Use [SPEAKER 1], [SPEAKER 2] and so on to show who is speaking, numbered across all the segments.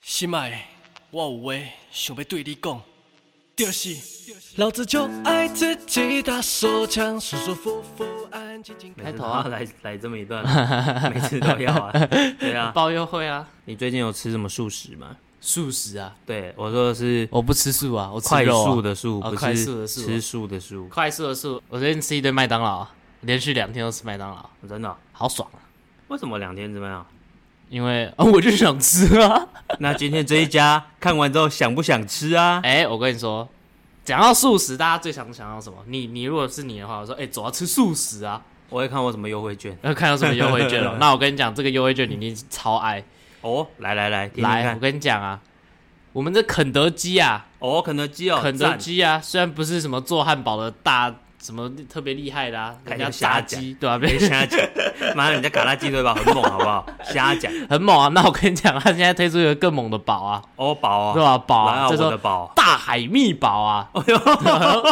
[SPEAKER 1] 心爱的，我有话想要对你讲，就是老子就爱自己打手枪，舒舒服服，安安静静。
[SPEAKER 2] 开头
[SPEAKER 3] 啊
[SPEAKER 2] 啊，
[SPEAKER 3] 来来这么一段， 每次都要 啊。对啊，
[SPEAKER 2] 包优惠啊，
[SPEAKER 3] 你最近有吃什么素食吗？
[SPEAKER 2] 素食啊，
[SPEAKER 3] 对，我说的是
[SPEAKER 2] 我不吃素啊，我吃
[SPEAKER 3] 快
[SPEAKER 2] 肉啊
[SPEAKER 3] 速的素，
[SPEAKER 2] 哦
[SPEAKER 3] 不
[SPEAKER 2] 快速
[SPEAKER 3] 是
[SPEAKER 2] 的素啊
[SPEAKER 3] 吃素的素。
[SPEAKER 2] 快速的素。我最近吃一顿麦当劳啊，连续两天都吃麦当劳，
[SPEAKER 3] 真的哦？
[SPEAKER 2] 好爽啊！
[SPEAKER 3] 为什么两天怎么样？
[SPEAKER 2] 因为、哦、我就想吃 啊。
[SPEAKER 3] 那今天这一家看完之后想不想吃啊？
[SPEAKER 2] 哎、我跟你说，讲到素食，大家最想想到什么？你你如果是你的话，我说哎、走啊，吃素食啊。
[SPEAKER 3] 我会看我什么优惠券
[SPEAKER 2] 然后看到什么优惠 券了？那我跟你讲，这个优惠券你一定超爱。
[SPEAKER 3] 哦。来来来，听听
[SPEAKER 2] 来，我
[SPEAKER 3] 看
[SPEAKER 2] 跟你讲啊，我们这肯德基啊，
[SPEAKER 3] 哦，肯德基哦，
[SPEAKER 2] 肯德
[SPEAKER 3] 赞
[SPEAKER 2] 基啊，虽然不是什么做汉堡的大什么特别厉害的啊，
[SPEAKER 3] 看
[SPEAKER 2] 人
[SPEAKER 3] 你
[SPEAKER 2] 家
[SPEAKER 3] 瞎
[SPEAKER 2] 炸
[SPEAKER 3] 讲
[SPEAKER 2] 鸡对吧、啊
[SPEAKER 3] 别瞎 讲，妈，人家卡拉鸡腿堡很猛，好不好？瞎讲
[SPEAKER 2] 很猛啊！那我跟你讲，他现在推出一个更猛的堡啊，
[SPEAKER 3] 哦，宝
[SPEAKER 2] 对
[SPEAKER 3] 哦，
[SPEAKER 2] 吧？堡
[SPEAKER 3] 来
[SPEAKER 2] 啊，
[SPEAKER 3] 啊
[SPEAKER 2] 叫
[SPEAKER 3] 我
[SPEAKER 2] 做
[SPEAKER 3] 的堡
[SPEAKER 2] 大海蜜堡啊，
[SPEAKER 3] 哎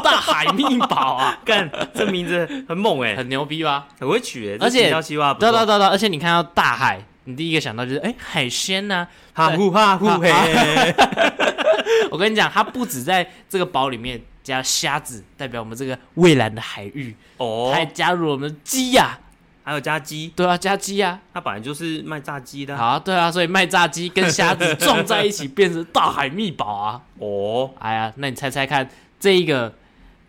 [SPEAKER 2] 大海蜜堡啊，
[SPEAKER 3] 干这名字很猛哎，
[SPEAKER 2] 很牛逼吧？
[SPEAKER 3] 很会取哎，
[SPEAKER 2] 而且
[SPEAKER 3] 要西瓜不
[SPEAKER 2] 对啊
[SPEAKER 3] 错，
[SPEAKER 2] 对对对，而且你看到大海，你第一个想到就是哎、海鲜呐、
[SPEAKER 3] 哈呼哈呼
[SPEAKER 2] 哈
[SPEAKER 3] 嘿，
[SPEAKER 2] 我跟你讲，它不止在这个堡里面加虾子，代表我们这个蔚蓝的海域，
[SPEAKER 3] 哦，
[SPEAKER 2] 还加入我们的鸡呀、
[SPEAKER 3] 还有炸鸡，
[SPEAKER 2] 对啊，加鸡呀、
[SPEAKER 3] 它本来就是卖炸鸡的
[SPEAKER 2] 啊，
[SPEAKER 3] 啊、
[SPEAKER 2] 好啊对啊，所以卖炸鸡跟虾子撞在一起变成大海密宝啊！
[SPEAKER 3] 哦，
[SPEAKER 2] 哎呀，那你猜猜看，这一个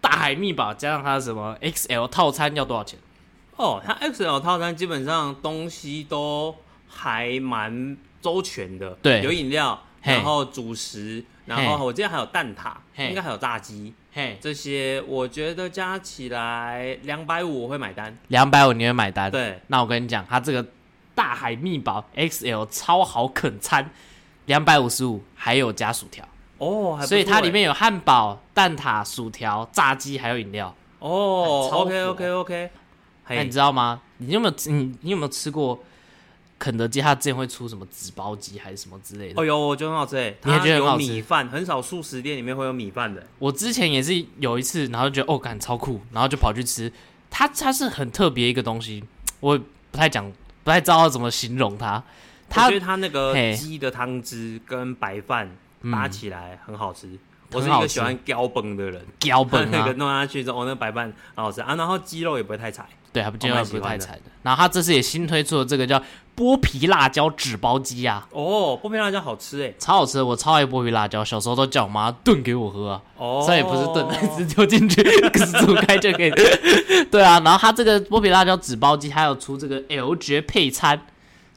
[SPEAKER 2] 大海密宝加上它的什么 XL 套餐要多少钱？
[SPEAKER 3] 哦，它 XL 套餐基本上东西都还蛮周全的，
[SPEAKER 2] 对
[SPEAKER 3] 有饮料，
[SPEAKER 2] 嘿
[SPEAKER 3] 然后主食，然后
[SPEAKER 2] 嘿
[SPEAKER 3] 我记得还有蛋挞，
[SPEAKER 2] 嘿
[SPEAKER 3] 应该还有炸鸡，
[SPEAKER 2] 嘿，
[SPEAKER 3] 这些我觉得加起来两百五我会买单。
[SPEAKER 2] 两百五你会买单？，
[SPEAKER 3] 对，
[SPEAKER 2] 那我跟你讲，它这个大海密宝 XL 超好啃餐，两百五十五，还有加薯条。
[SPEAKER 3] 哦，还不错
[SPEAKER 2] 所以它里
[SPEAKER 3] 欸
[SPEAKER 2] 面有汉堡、蛋挞、薯条、炸鸡，还有饮料。
[SPEAKER 3] 哦
[SPEAKER 2] 超火
[SPEAKER 3] ，OK OK OK，
[SPEAKER 2] 那你
[SPEAKER 3] 嘿，
[SPEAKER 2] 知道吗？你有没有吃你你有没有吃过肯德基？它之前会出什么纸包鸡还是什么之类的？
[SPEAKER 3] 哦呦，我觉得很好吃诶，
[SPEAKER 2] 你也
[SPEAKER 3] 它
[SPEAKER 2] 觉得很
[SPEAKER 3] 有
[SPEAKER 2] 好吃
[SPEAKER 3] 米饭，很少素食店里面会有米饭的。
[SPEAKER 2] 我之前也是有一次，然后就觉得哦，感超酷，然后就跑去吃。它它是很特别一个东西，我也不太讲，不太知道怎么形容它。
[SPEAKER 3] 我
[SPEAKER 2] 它
[SPEAKER 3] 觉得它那个
[SPEAKER 2] 嘿嗯
[SPEAKER 3] 鸡的汤汁跟白饭搭起来很好吃。我是
[SPEAKER 2] 很
[SPEAKER 3] 一
[SPEAKER 2] 好
[SPEAKER 3] 个
[SPEAKER 2] 吃
[SPEAKER 3] 喜欢胶崩的人，
[SPEAKER 2] 标
[SPEAKER 3] 把
[SPEAKER 2] 本
[SPEAKER 3] 那个
[SPEAKER 2] 啊，
[SPEAKER 3] 弄下去之后，哦，那白饭很好吃啊，然后鸡肉也不会太柴。
[SPEAKER 2] 对，还不见
[SPEAKER 3] 我
[SPEAKER 2] 得
[SPEAKER 3] 蛮
[SPEAKER 2] 不
[SPEAKER 3] 喜
[SPEAKER 2] 是太
[SPEAKER 3] 欢的
[SPEAKER 2] 惨的。然后它这次也新推出了这个叫剥皮辣椒纸包鸡啊，
[SPEAKER 3] 哦，剥皮辣椒好吃哎。
[SPEAKER 2] 超好吃的，我超爱剥皮辣椒，小时候都叫我妈炖给我喝啊。
[SPEAKER 3] 哦，
[SPEAKER 2] 虽然也不是炖，但是丢进去， 可是煮开就可以。对啊，然后它这个剥皮辣椒纸包鸡，它有出这个 L 绝配餐，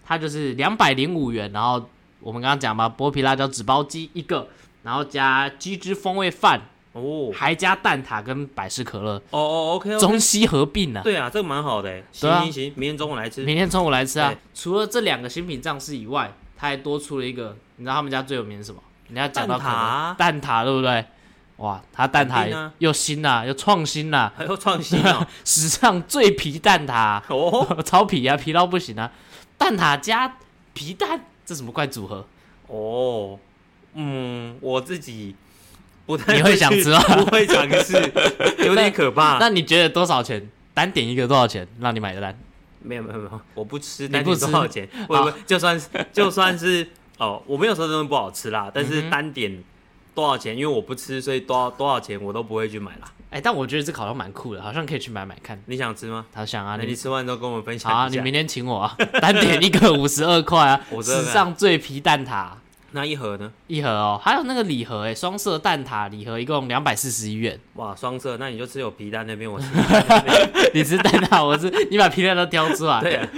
[SPEAKER 2] 它就是两百零五元。然后我们刚刚讲嘛，剥皮辣椒纸包鸡一个，然后加鸡汁风味饭，
[SPEAKER 3] 哦
[SPEAKER 2] 还加蛋挞跟百事可乐，
[SPEAKER 3] 哦哦，OK，
[SPEAKER 2] 中西合并呢、啊。
[SPEAKER 3] 对啊，这个蛮好的欸。行
[SPEAKER 2] 对啊
[SPEAKER 3] 行行，明天中午来吃。
[SPEAKER 2] 明天中午来吃啊
[SPEAKER 3] 对！
[SPEAKER 2] 除了这两个新品藏式以外，它还多出了一个，你知道他们家最有名是什么？人家讲到可能蛋挞，对不对？哇，它蛋
[SPEAKER 3] 肯定啊
[SPEAKER 2] 挞又新啦、又创新啊啦、
[SPEAKER 3] 还有创新哦。
[SPEAKER 2] 史上最皮蛋挞，
[SPEAKER 3] 哦
[SPEAKER 2] 超皮啊，皮到不行啊！蛋挞加皮蛋，这什么怪组合？
[SPEAKER 3] 哦，嗯，我自己不太
[SPEAKER 2] 你会想吃吗
[SPEAKER 3] 吗？不会尝试， 有点可怕。
[SPEAKER 2] 那你觉得多少钱？单点一个多少钱？让你买的单？
[SPEAKER 3] 没有没有没有，我不吃，
[SPEAKER 2] 你
[SPEAKER 3] 单
[SPEAKER 2] 不
[SPEAKER 3] 点
[SPEAKER 2] 吃
[SPEAKER 3] 多少钱？我
[SPEAKER 2] 好
[SPEAKER 3] 我就算是就算是 哦，我没有说真的不好吃啦，但
[SPEAKER 2] 嗯
[SPEAKER 3] 是
[SPEAKER 2] 哼
[SPEAKER 3] 单点多少钱？因为我不吃，所以多少多少钱我都不会去买啦。
[SPEAKER 2] 哎、但我觉得这个好像蛮酷的，好像可以去买买看。
[SPEAKER 3] 你想吃吗？
[SPEAKER 2] 他想啊，
[SPEAKER 3] 那
[SPEAKER 2] 你
[SPEAKER 3] 你吃完之后跟我们分享
[SPEAKER 2] 好啊，
[SPEAKER 3] 一
[SPEAKER 2] 你
[SPEAKER 3] 下。
[SPEAKER 2] 明天请我啊， 单点一个五十二块 啊，
[SPEAKER 3] 52块
[SPEAKER 2] 史上最皮蛋挞
[SPEAKER 3] 那一盒呢？
[SPEAKER 2] 一盒哦，还有那个礼盒哎、双色蛋挞礼盒一共两百四十一元。
[SPEAKER 3] 哇，双色，那你就吃有皮蛋那边， 我吃
[SPEAKER 2] 你吃蛋挞，我是你把皮蛋都挑出来。
[SPEAKER 3] 对啊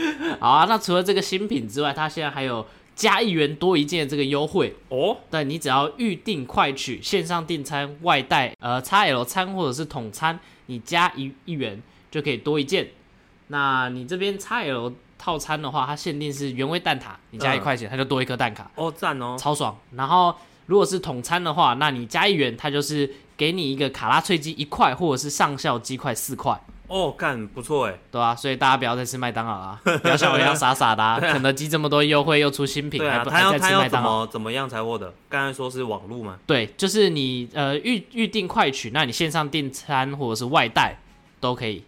[SPEAKER 2] 好啊，那除了这个新品之外，它现在还有加一元多一件的这个优惠。
[SPEAKER 3] 哦
[SPEAKER 2] 对你只要预定快取线上订餐、外带、呃 XL 餐或者是统餐，你加一一元就可以多一件。那你这边 XL 套餐的话，它限定是原味蛋挞，你加一
[SPEAKER 3] 嗯
[SPEAKER 2] 块钱，它就多一颗蛋挞，
[SPEAKER 3] 哦，赞哦，
[SPEAKER 2] 超爽。然后如果是统餐的话，那你加一元，它就是给你一个卡拉脆鸡一块，或者是上校鸡块四块。
[SPEAKER 3] 哦，干不错哎。
[SPEAKER 2] 对啊，所以大家不要再吃麦当劳啦， 不要像我一样傻傻的、啊。肯德基这么多优惠又出新品，
[SPEAKER 3] 对
[SPEAKER 2] 还
[SPEAKER 3] 啊，
[SPEAKER 2] 不
[SPEAKER 3] 他
[SPEAKER 2] 还
[SPEAKER 3] 要
[SPEAKER 2] 在
[SPEAKER 3] 他
[SPEAKER 2] 吃
[SPEAKER 3] 要
[SPEAKER 2] 麦
[SPEAKER 3] 怎
[SPEAKER 2] 当劳？
[SPEAKER 3] 么怎么样才获得？刚才说是网路吗？
[SPEAKER 2] 对，就是你呃预预订快取，那你线上订餐或者是外带都可以。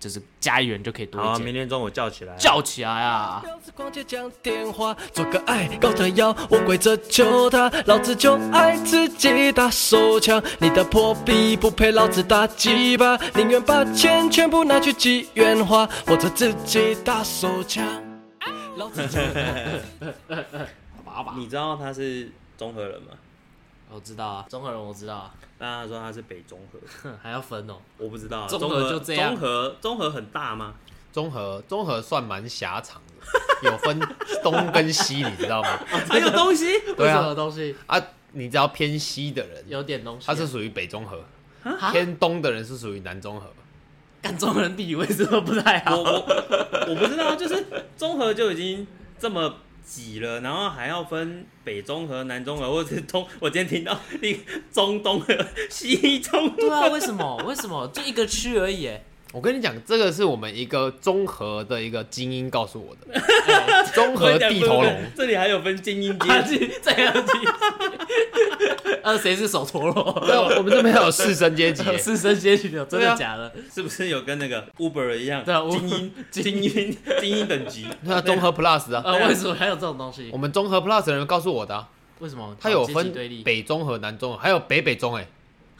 [SPEAKER 2] 就是加一元就可以多
[SPEAKER 3] 好啊，
[SPEAKER 2] 一
[SPEAKER 3] 明
[SPEAKER 2] 件，
[SPEAKER 3] 天中午叫起来。
[SPEAKER 2] 叫起来啊！
[SPEAKER 1] 老子逛街讲电话，做个爱高的腰，我跪着求他，老子就爱自己打手枪。你的破逼不陪老子打鸡巴，宁愿把钱全部拿去几元花，或者自己打手枪。老子就
[SPEAKER 2] 爸爸，
[SPEAKER 3] 你知道他是中和人吗？
[SPEAKER 2] 我知道啊，综合人我知道啊，
[SPEAKER 3] 那他说他是北中和，
[SPEAKER 2] 哼还要分哦。
[SPEAKER 3] 我不知道啊。
[SPEAKER 2] 中和
[SPEAKER 3] 中和
[SPEAKER 2] 就这样
[SPEAKER 3] 中和中和很大吗？
[SPEAKER 4] 综合综合算蛮狭长的，有分东跟西，你知道吗？
[SPEAKER 3] 还有东西？
[SPEAKER 4] 对啊
[SPEAKER 2] 为什么东西
[SPEAKER 4] 啊，你只要偏西的人，
[SPEAKER 2] 有点东西啊，
[SPEAKER 4] 他是属于北中和；
[SPEAKER 2] 哈
[SPEAKER 4] 偏东的人是属于南中和。
[SPEAKER 2] 干中国人地理位置都不啊太
[SPEAKER 3] 我
[SPEAKER 2] 好。
[SPEAKER 3] 我我不知道，啊就是中和就已经这么挤了，然后还要分北中和、南中 和，或者是东。我今天听到你中东和、西中
[SPEAKER 2] 对啊，为什么？为什么？就一个区而 已耶。
[SPEAKER 4] 我跟你讲，这个是我们一个综合的一个精英告诉我的，
[SPEAKER 2] 哎
[SPEAKER 4] 综合
[SPEAKER 3] 我
[SPEAKER 4] 地头
[SPEAKER 3] 跟你讲
[SPEAKER 4] 龙
[SPEAKER 3] 分。这里还有分精英阶
[SPEAKER 2] 他
[SPEAKER 3] 级，
[SPEAKER 2] 去这样去， 呃，谁是手陀螺？
[SPEAKER 4] 对，
[SPEAKER 3] 啊
[SPEAKER 4] 我们这边有士绅阶级耶，
[SPEAKER 2] 是神仙女流，真
[SPEAKER 4] 对
[SPEAKER 2] 的
[SPEAKER 4] 啊
[SPEAKER 2] 假的？
[SPEAKER 3] 是不是有跟那个 Uber 一样？
[SPEAKER 2] 对啊
[SPEAKER 3] 精英、精英、精英等级。
[SPEAKER 4] 那综合 plus 啊，
[SPEAKER 2] 呃，为什么还有这种东西
[SPEAKER 4] 我？们综合 plus 的人告诉我的啊，
[SPEAKER 2] 为什么？
[SPEAKER 4] 他有
[SPEAKER 2] 阶级
[SPEAKER 4] 分
[SPEAKER 2] 对立？
[SPEAKER 4] 北中和、南中和，还有北北中哎。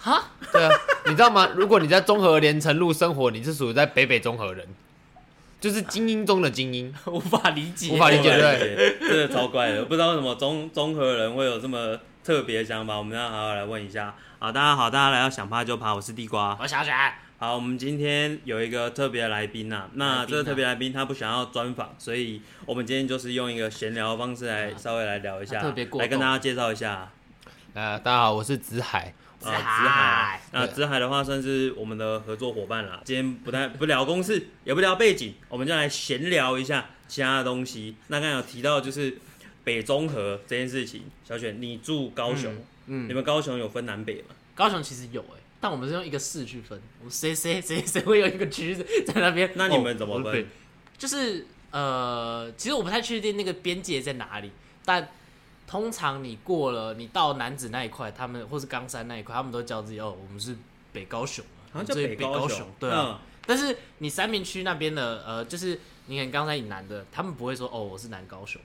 [SPEAKER 2] 哈？
[SPEAKER 4] 对啊，你知道吗？如果你在中和连城路生活，你是属于在北北中和人，就是精英中的精英。
[SPEAKER 2] 无法理解，
[SPEAKER 4] 无法理解对不
[SPEAKER 3] 这个超怪的，不知道为什么中中和人会有这么特别的想法，我们要好好来问一下。好，大家好，大家来到想趴就趴，我是地瓜。
[SPEAKER 2] 我想起来，
[SPEAKER 3] 好，我们今天有一个特别的来宾呐、那
[SPEAKER 2] 来宾啊
[SPEAKER 3] 这个特别来宾他不想要专访，所以我们今天就是用一个闲聊的方式来稍微来聊一下，
[SPEAKER 2] 啊特别过动
[SPEAKER 3] 来跟大家介绍一下。啊
[SPEAKER 4] 呃，大家好，我是子海。
[SPEAKER 3] 呃
[SPEAKER 2] 子海
[SPEAKER 3] 子海，那
[SPEAKER 4] 对
[SPEAKER 3] 子海的话算是我们的合作伙伴 啦。今天不太不聊公事，也不聊背景，我们就来闲聊一下其他的东西。那刚才有提到就是北中和这件事情，小雪，你住高雄，你
[SPEAKER 2] 嗯，
[SPEAKER 3] 们高雄有分南北吗？
[SPEAKER 2] 高雄其实有哎，但我们是用一个市去分，我们谁谁谁谁会有一个区在那边？
[SPEAKER 3] 那你们怎么
[SPEAKER 4] 哦
[SPEAKER 3] 分
[SPEAKER 4] 对？
[SPEAKER 2] 就是呃，其实我不太确定那个边界在哪里，但通常你过了，你到南子那一块，他们或是冈山那一块，他们都叫自己哦，我们是北高雄啊，
[SPEAKER 3] 好像叫
[SPEAKER 2] 我们这
[SPEAKER 3] 北
[SPEAKER 2] 里北高
[SPEAKER 3] 雄，
[SPEAKER 2] 对啊。
[SPEAKER 3] 嗯
[SPEAKER 2] 但是你三明区那边的呃，就是你看刚才以南的，他们不会说哦，我是南高雄，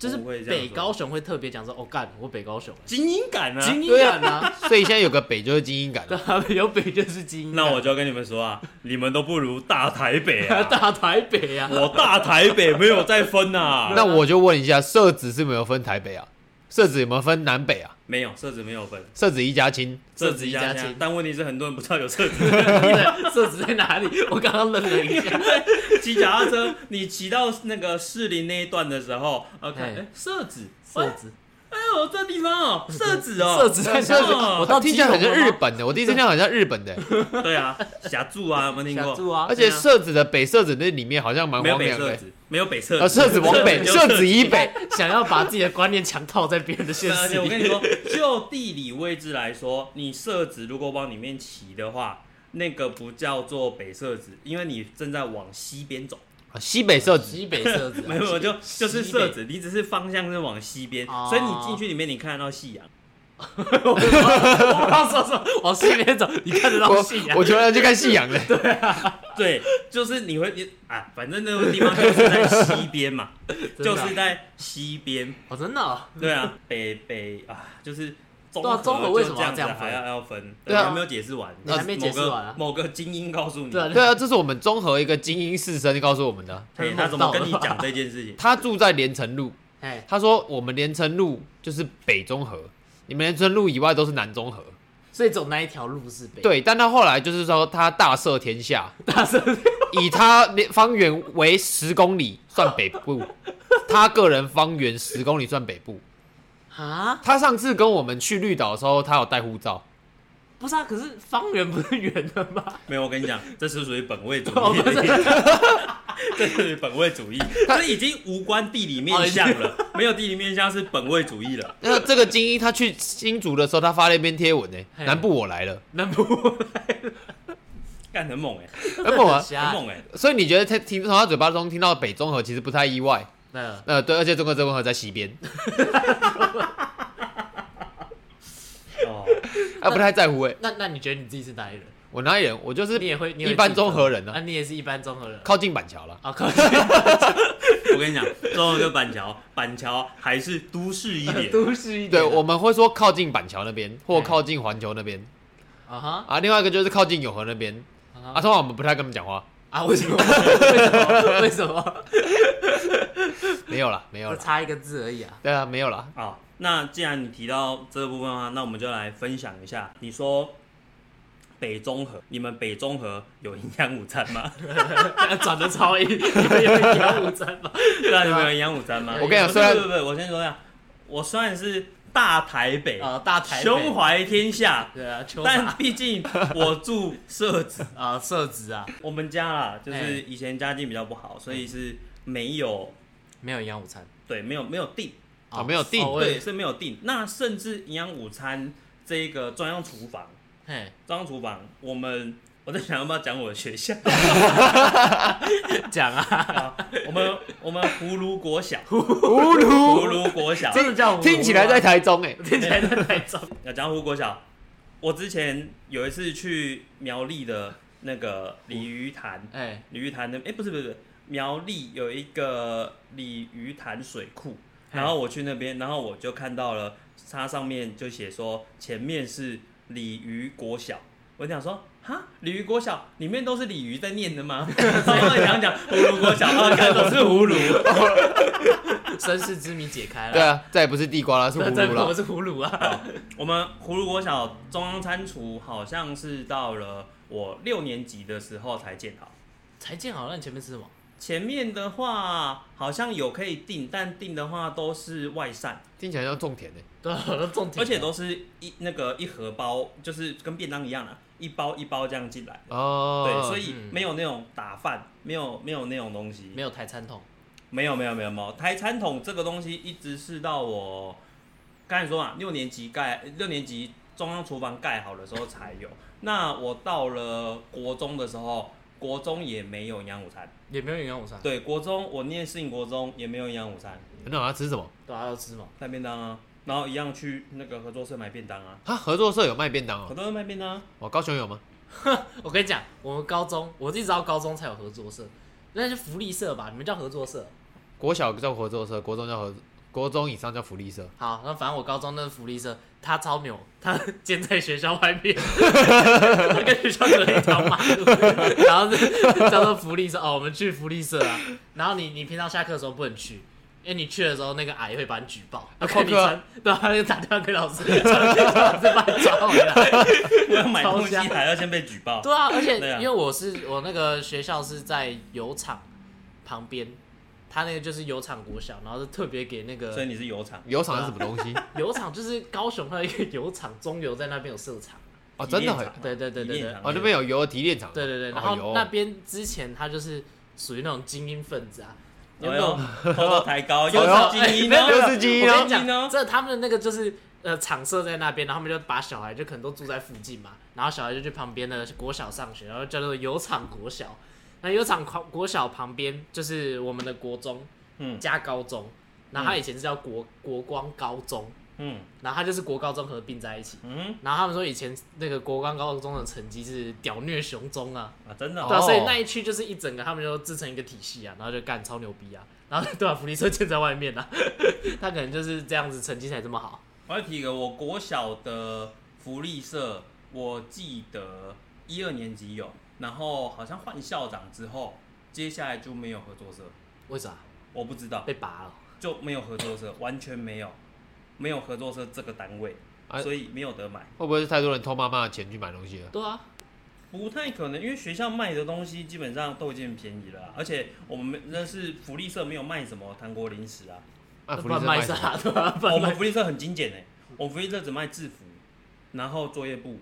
[SPEAKER 2] 就是
[SPEAKER 3] 不会这样
[SPEAKER 2] 北
[SPEAKER 3] 说
[SPEAKER 2] 高雄会特别讲说哦，干我北高雄、
[SPEAKER 3] 精英感啊，
[SPEAKER 2] 精英感啊，
[SPEAKER 4] 所以现在有个北就是精英感
[SPEAKER 2] 对
[SPEAKER 4] 了。
[SPEAKER 2] 啊，有北就是精英感，
[SPEAKER 3] 那我就要跟你们说啊，你们都不如大台北 啊！
[SPEAKER 2] 大台北啊，
[SPEAKER 3] 我大台北没有再分啊，
[SPEAKER 4] 那我就问一下，社子是没有分台北啊？社子有没有分南北啊？
[SPEAKER 3] 没有社子没有分，
[SPEAKER 4] 社子一家亲，
[SPEAKER 3] 社
[SPEAKER 2] 社
[SPEAKER 3] 子
[SPEAKER 2] 子
[SPEAKER 3] 一
[SPEAKER 2] 一
[SPEAKER 3] 家
[SPEAKER 2] 家亲
[SPEAKER 3] 亲。但问题是很多人不知道有社子，
[SPEAKER 2] 对设置在哪里？我刚刚愣了一下。
[SPEAKER 3] 骑脚踏车你骑到那个士林那一段的时候，呃，看
[SPEAKER 2] 哎
[SPEAKER 3] 哎社子，
[SPEAKER 2] 设置
[SPEAKER 3] 哎呦这地方 哦，社子哦，
[SPEAKER 2] 设置在
[SPEAKER 4] 社
[SPEAKER 2] 哪
[SPEAKER 4] 子
[SPEAKER 2] 里？
[SPEAKER 3] 哦
[SPEAKER 2] 我 到
[SPEAKER 4] 听起来很
[SPEAKER 2] 基
[SPEAKER 4] 像
[SPEAKER 2] 隆了
[SPEAKER 4] 日
[SPEAKER 2] 吗
[SPEAKER 4] 本的，我第一次听到很像日本的，
[SPEAKER 3] 对啊，霞柱啊，有没有听
[SPEAKER 2] 下
[SPEAKER 3] 过？
[SPEAKER 2] 注啊，
[SPEAKER 4] 而且
[SPEAKER 3] 对啊
[SPEAKER 4] 社子的北社子那里面好像蛮
[SPEAKER 3] 没有
[SPEAKER 4] 荒
[SPEAKER 3] 北
[SPEAKER 4] 凉
[SPEAKER 3] 社
[SPEAKER 4] 的。
[SPEAKER 3] 子，没有北社
[SPEAKER 2] 哦
[SPEAKER 4] 呃，社子往 北，
[SPEAKER 3] 社
[SPEAKER 4] 社
[SPEAKER 3] 子
[SPEAKER 4] 子以北，
[SPEAKER 2] 想要把自己的观念强套在别人的现
[SPEAKER 3] 而且
[SPEAKER 2] 实
[SPEAKER 3] 我 跟你
[SPEAKER 2] 里。
[SPEAKER 3] 说， 就地理位置来说，你社子如果往里面骑的话，那个不叫做北社子，因为你正在往西边走。
[SPEAKER 4] 啊西北社子。
[SPEAKER 2] 西北设置啊
[SPEAKER 3] 没 有，就就是
[SPEAKER 2] 西北
[SPEAKER 3] 社子，你只是方向是往西边，
[SPEAKER 2] 哦
[SPEAKER 3] 所以你进去里面你看得到夕阳。
[SPEAKER 2] 我刚说说往西边走，你看得到
[SPEAKER 4] 我
[SPEAKER 2] 信啊
[SPEAKER 4] 我？突然去看夕阳了。
[SPEAKER 3] 对，就是你会你啊，反正那个地方就是在西边嘛，
[SPEAKER 2] 真
[SPEAKER 3] 就
[SPEAKER 2] 的啊
[SPEAKER 3] 是在西边。
[SPEAKER 2] 哦，真的哦，
[SPEAKER 3] 对啊， 北北啊，就是综
[SPEAKER 2] 对啊综合为什么
[SPEAKER 3] 要
[SPEAKER 2] 要这样分
[SPEAKER 3] 还要要分？
[SPEAKER 4] 对啊
[SPEAKER 3] 你还没有解释完，
[SPEAKER 2] 你还没解释完啊
[SPEAKER 3] 某个某个精英告诉你，
[SPEAKER 2] 对啊
[SPEAKER 4] 对啊，这是我们综合一个精英士绅告诉我们的。啊
[SPEAKER 3] 哎他怎么跟你讲 这件事情？
[SPEAKER 4] 他住在连城路，
[SPEAKER 2] 哎，
[SPEAKER 4] 他说我们连城路就是北中和，你们连城路以外都是南中和。
[SPEAKER 2] 所以走那一条路是北，
[SPEAKER 4] 对，但他后来就是说他大赦天下，
[SPEAKER 2] 大声
[SPEAKER 4] 以他连方圆为十公里算北部，他个人方圆十公里算北部。
[SPEAKER 2] 啊，
[SPEAKER 4] 他上次跟我们去绿岛的时候，他有带护照，
[SPEAKER 2] 不是啊，可是方圆不是圆的 吗？
[SPEAKER 3] 没有，我跟你讲，这是属于本位主
[SPEAKER 2] 哦
[SPEAKER 3] 义
[SPEAKER 2] 不是
[SPEAKER 3] 的， 这是属于本位主义，这已经无关地理面相了， 没有地理面相是本位主义了。
[SPEAKER 4] 那这个精英他去新竹的时候，他发了一篇贴文呢、
[SPEAKER 2] 嘿
[SPEAKER 4] 南部我来了，
[SPEAKER 2] 南部
[SPEAKER 3] 干很猛哎、
[SPEAKER 4] 南部啊，
[SPEAKER 3] 很猛哎、
[SPEAKER 4] 所以你觉得他听从他嘴巴中听到北中和，其实不太意外。
[SPEAKER 2] 那
[SPEAKER 4] 呃，对，而且中国这温和在西边，
[SPEAKER 3] 哦，
[SPEAKER 4] 他不太在乎哎、
[SPEAKER 2] 哦
[SPEAKER 4] 啊
[SPEAKER 2] 那那你觉得你自己是哪里人？
[SPEAKER 4] 欸我哪里人？我就是
[SPEAKER 2] 你也会，你也会
[SPEAKER 4] 一般
[SPEAKER 2] 记得
[SPEAKER 4] 综合人呢、
[SPEAKER 2] 啊，你也是一般综合人
[SPEAKER 4] 靠近板桥了。
[SPEAKER 2] 啊，靠，
[SPEAKER 3] 我跟你讲，中和跟板桥，板桥还是都市一点。
[SPEAKER 2] 都市一点
[SPEAKER 4] 对，
[SPEAKER 2] 啊，
[SPEAKER 4] 我们会说靠近板桥那边，或
[SPEAKER 2] 嗯
[SPEAKER 4] 靠近环球那边
[SPEAKER 2] 啊哈
[SPEAKER 4] 啊。另外一个就是靠近永和那边
[SPEAKER 2] 啊
[SPEAKER 4] 啊。
[SPEAKER 2] 哈
[SPEAKER 4] 通常我们不太跟他们讲话，
[SPEAKER 2] 啊，为什么？ 为什么？ 为什么？
[SPEAKER 4] 没有啦，没有
[SPEAKER 2] 就
[SPEAKER 4] 啦。
[SPEAKER 2] 差一个字而已 啊。
[SPEAKER 4] 对啊，没有啦。
[SPEAKER 3] 好，那既然你提到这个部分的话，那我们就来分享一下。你说北中和，你们北中和有营养午餐 吗？
[SPEAKER 2] 转的超硬，你们有幺五三 吗？
[SPEAKER 3] 对啊，你们有营养午餐吗？
[SPEAKER 2] 我
[SPEAKER 4] 跟你讲
[SPEAKER 3] 不
[SPEAKER 4] 虽然
[SPEAKER 3] 不不不，我先说一下，我虽然是大台北，
[SPEAKER 2] 啊，大台北
[SPEAKER 3] 胸怀天下，
[SPEAKER 2] 对啊，秋
[SPEAKER 3] 但
[SPEAKER 2] 华
[SPEAKER 3] 毕竟我住社 子，
[SPEAKER 2] 啊，社子啊，
[SPEAKER 3] 我们家啦，就
[SPEAKER 2] 哎
[SPEAKER 3] 是以前家境比较不好，所以是没有
[SPEAKER 2] 没有营养午餐
[SPEAKER 3] 对没有没有订，
[SPEAKER 4] 啊没有订
[SPEAKER 2] 哦我
[SPEAKER 3] 对
[SPEAKER 2] 也
[SPEAKER 3] 是没有订。那甚至营养午餐这一个专用厨房。
[SPEAKER 2] 嘿，
[SPEAKER 3] 张厨房，我们我在想要不要讲我的学 校？
[SPEAKER 2] 讲啊，
[SPEAKER 3] 好我们我们葫芦国小，
[SPEAKER 4] 葫
[SPEAKER 3] 葫
[SPEAKER 4] 芦，
[SPEAKER 3] 芦国小
[SPEAKER 2] 真的叫
[SPEAKER 4] 听起来在台中哎、
[SPEAKER 2] 听起来在台中，
[SPEAKER 3] 要讲葫芦国小。我之前有一次去苗栗的那个鲤鱼潭，
[SPEAKER 2] 哎，
[SPEAKER 3] 鲤鱼潭那哎、诶不是不是不是苗栗有一个鲤鱼潭水库，
[SPEAKER 2] 嗯
[SPEAKER 3] 然后我去那边，然后我就看到了它上面就写说前面是鲤鱼国小，我想说。哈，鲤鱼国小里面都是鲤鱼在念的吗？然后想讲葫芦国小，啊，看都是葫芦，
[SPEAKER 2] 身世之谜解开了，
[SPEAKER 4] 对啊，再也不是地瓜啦，是葫
[SPEAKER 2] 这
[SPEAKER 4] 芦
[SPEAKER 2] 我
[SPEAKER 4] 啦。
[SPEAKER 2] 是葫芦啊，
[SPEAKER 3] 好我们葫芦国小中央餐厨好像是到了我六年级的时候才建好。
[SPEAKER 2] 才建好，那你前面是什么？
[SPEAKER 3] 前面的话好像有可以订，但订的话都是外散，
[SPEAKER 4] 听起来像种田哎、
[SPEAKER 2] 对啊，我都种
[SPEAKER 3] 而
[SPEAKER 2] 田，
[SPEAKER 3] 且都是一那个一盒包，就是跟便当一样啊，一包一包这样进来。
[SPEAKER 4] 哦，
[SPEAKER 3] 对，所以
[SPEAKER 2] 嗯
[SPEAKER 3] 没有那种打饭，没有没有那种东西
[SPEAKER 2] 没，有台餐桶，
[SPEAKER 3] 没有没有没有没有台餐桶这个东西一直是到我刚才说嘛，六年级盖六年级中央厨房盖好的时候才有。那我到了国中的时候，国中也没有营养午餐。
[SPEAKER 2] 也没有营养午餐，
[SPEAKER 3] 对，国中我念适应国中也没有营养午餐，
[SPEAKER 4] 那我要吃什么？
[SPEAKER 2] 对啊，要吃嘛，
[SPEAKER 3] 带便当啊，然后一样去那个合作社买便当啊，
[SPEAKER 4] 啊，合作社有卖便当
[SPEAKER 3] 合
[SPEAKER 4] 哦。
[SPEAKER 3] 作社卖便当啊、
[SPEAKER 4] 哦，高雄有吗？
[SPEAKER 2] 我跟你讲，我们高中，我一直到高中才有合作社，那是福利社吧？你们叫合作社？
[SPEAKER 4] 国小叫合作社，国中叫合，国中以上叫福利社。
[SPEAKER 2] 好，那反正我高中那个福利社，他超牛，他 建在学校外面，他跟学校隔了一条马路，然后是叫做福利社哦，我们去福利社啊。然后你你平常下课的时候不能去，因为你去的时候那个阿姨会把你举报，
[SPEAKER 4] 啊
[SPEAKER 2] 看你
[SPEAKER 4] 旷课啊
[SPEAKER 2] 穿，对啊，他就打电话给老师，叫叫老师把你抓回来。
[SPEAKER 3] 我要买东西
[SPEAKER 2] 超香
[SPEAKER 3] 还要先被举报。
[SPEAKER 2] 对啊，而且
[SPEAKER 3] 对啊
[SPEAKER 2] 因为我是我那个学校是在油厂旁边，他那个就是油厂国小，然后是特别给那个
[SPEAKER 3] 所以你是油厂，
[SPEAKER 4] 油厂是什么东西？
[SPEAKER 2] 油厂就是高雄，它有一个油厂，中油在那边有设厂。
[SPEAKER 4] 哦，真的很。
[SPEAKER 3] 体炼厂
[SPEAKER 2] 对对对对
[SPEAKER 3] 体
[SPEAKER 2] 对
[SPEAKER 3] 炼，厂
[SPEAKER 4] 哦，那边有油提炼厂。
[SPEAKER 2] 对对对。然
[SPEAKER 4] 哦
[SPEAKER 2] 后
[SPEAKER 4] 有
[SPEAKER 2] 那边之前他就是属于那种精英分子啊，
[SPEAKER 3] 有
[SPEAKER 2] 有
[SPEAKER 3] 没
[SPEAKER 2] 没有
[SPEAKER 3] 有？哎偷偷抬高，又
[SPEAKER 4] 哎呦
[SPEAKER 3] 是精英
[SPEAKER 2] 没有没有
[SPEAKER 4] 又
[SPEAKER 3] 哦，
[SPEAKER 4] 是精英
[SPEAKER 2] 我
[SPEAKER 4] 哦
[SPEAKER 2] 跟你
[SPEAKER 3] 精英
[SPEAKER 2] 讲，
[SPEAKER 3] 哦
[SPEAKER 2] 这他们的那个就是呃厂设在那边，然后他们就把小孩就可能都住在附近嘛，然后小孩就去旁边的国小上学，然后叫做油厂国小。那油厂国国小旁边就是我们的国中
[SPEAKER 3] 嗯
[SPEAKER 2] 加高中，然后它以前是叫国国光高中，
[SPEAKER 3] 嗯
[SPEAKER 2] 然后它就是国高中合并在一起。
[SPEAKER 3] 嗯
[SPEAKER 2] 然后他们说以前那个国光高中的成绩是屌虐雄中啊，
[SPEAKER 3] 啊，真的、
[SPEAKER 2] 对啊，
[SPEAKER 4] 哦
[SPEAKER 2] 所以那一区就是一整个，他们就自成一个体系啊，然后就干超牛逼啊，然后对啊，福利社建在外面啊， 他可能就是这样子成绩才这么好。
[SPEAKER 3] 我要提一个，我国小的福利社，我记得一二年级有，然后好像换校长之后，接下来就没有合作社，
[SPEAKER 2] 为啥
[SPEAKER 3] 我不知道，
[SPEAKER 2] 被拔了？
[SPEAKER 3] 就没有合作社，完全没有，没有合作社这个单位，
[SPEAKER 4] 哎
[SPEAKER 3] 所以没有得买，
[SPEAKER 4] 会不会是太多人偷妈妈的钱去买东西了？
[SPEAKER 2] 对啊，
[SPEAKER 3] 不太可能，因为学校卖的东西基本上都已经很便宜了啊、而且我们没那是福利社没有卖什么糖果零 食啊，
[SPEAKER 4] 那福利
[SPEAKER 2] 乱
[SPEAKER 4] 社
[SPEAKER 2] 卖
[SPEAKER 4] 卖什么？
[SPEAKER 2] 啥？对吧、啊？
[SPEAKER 3] 哦我
[SPEAKER 2] 乱
[SPEAKER 3] 们
[SPEAKER 2] 卖
[SPEAKER 3] 福利社很精简哎，我们福利社只卖制服，然后作业簿、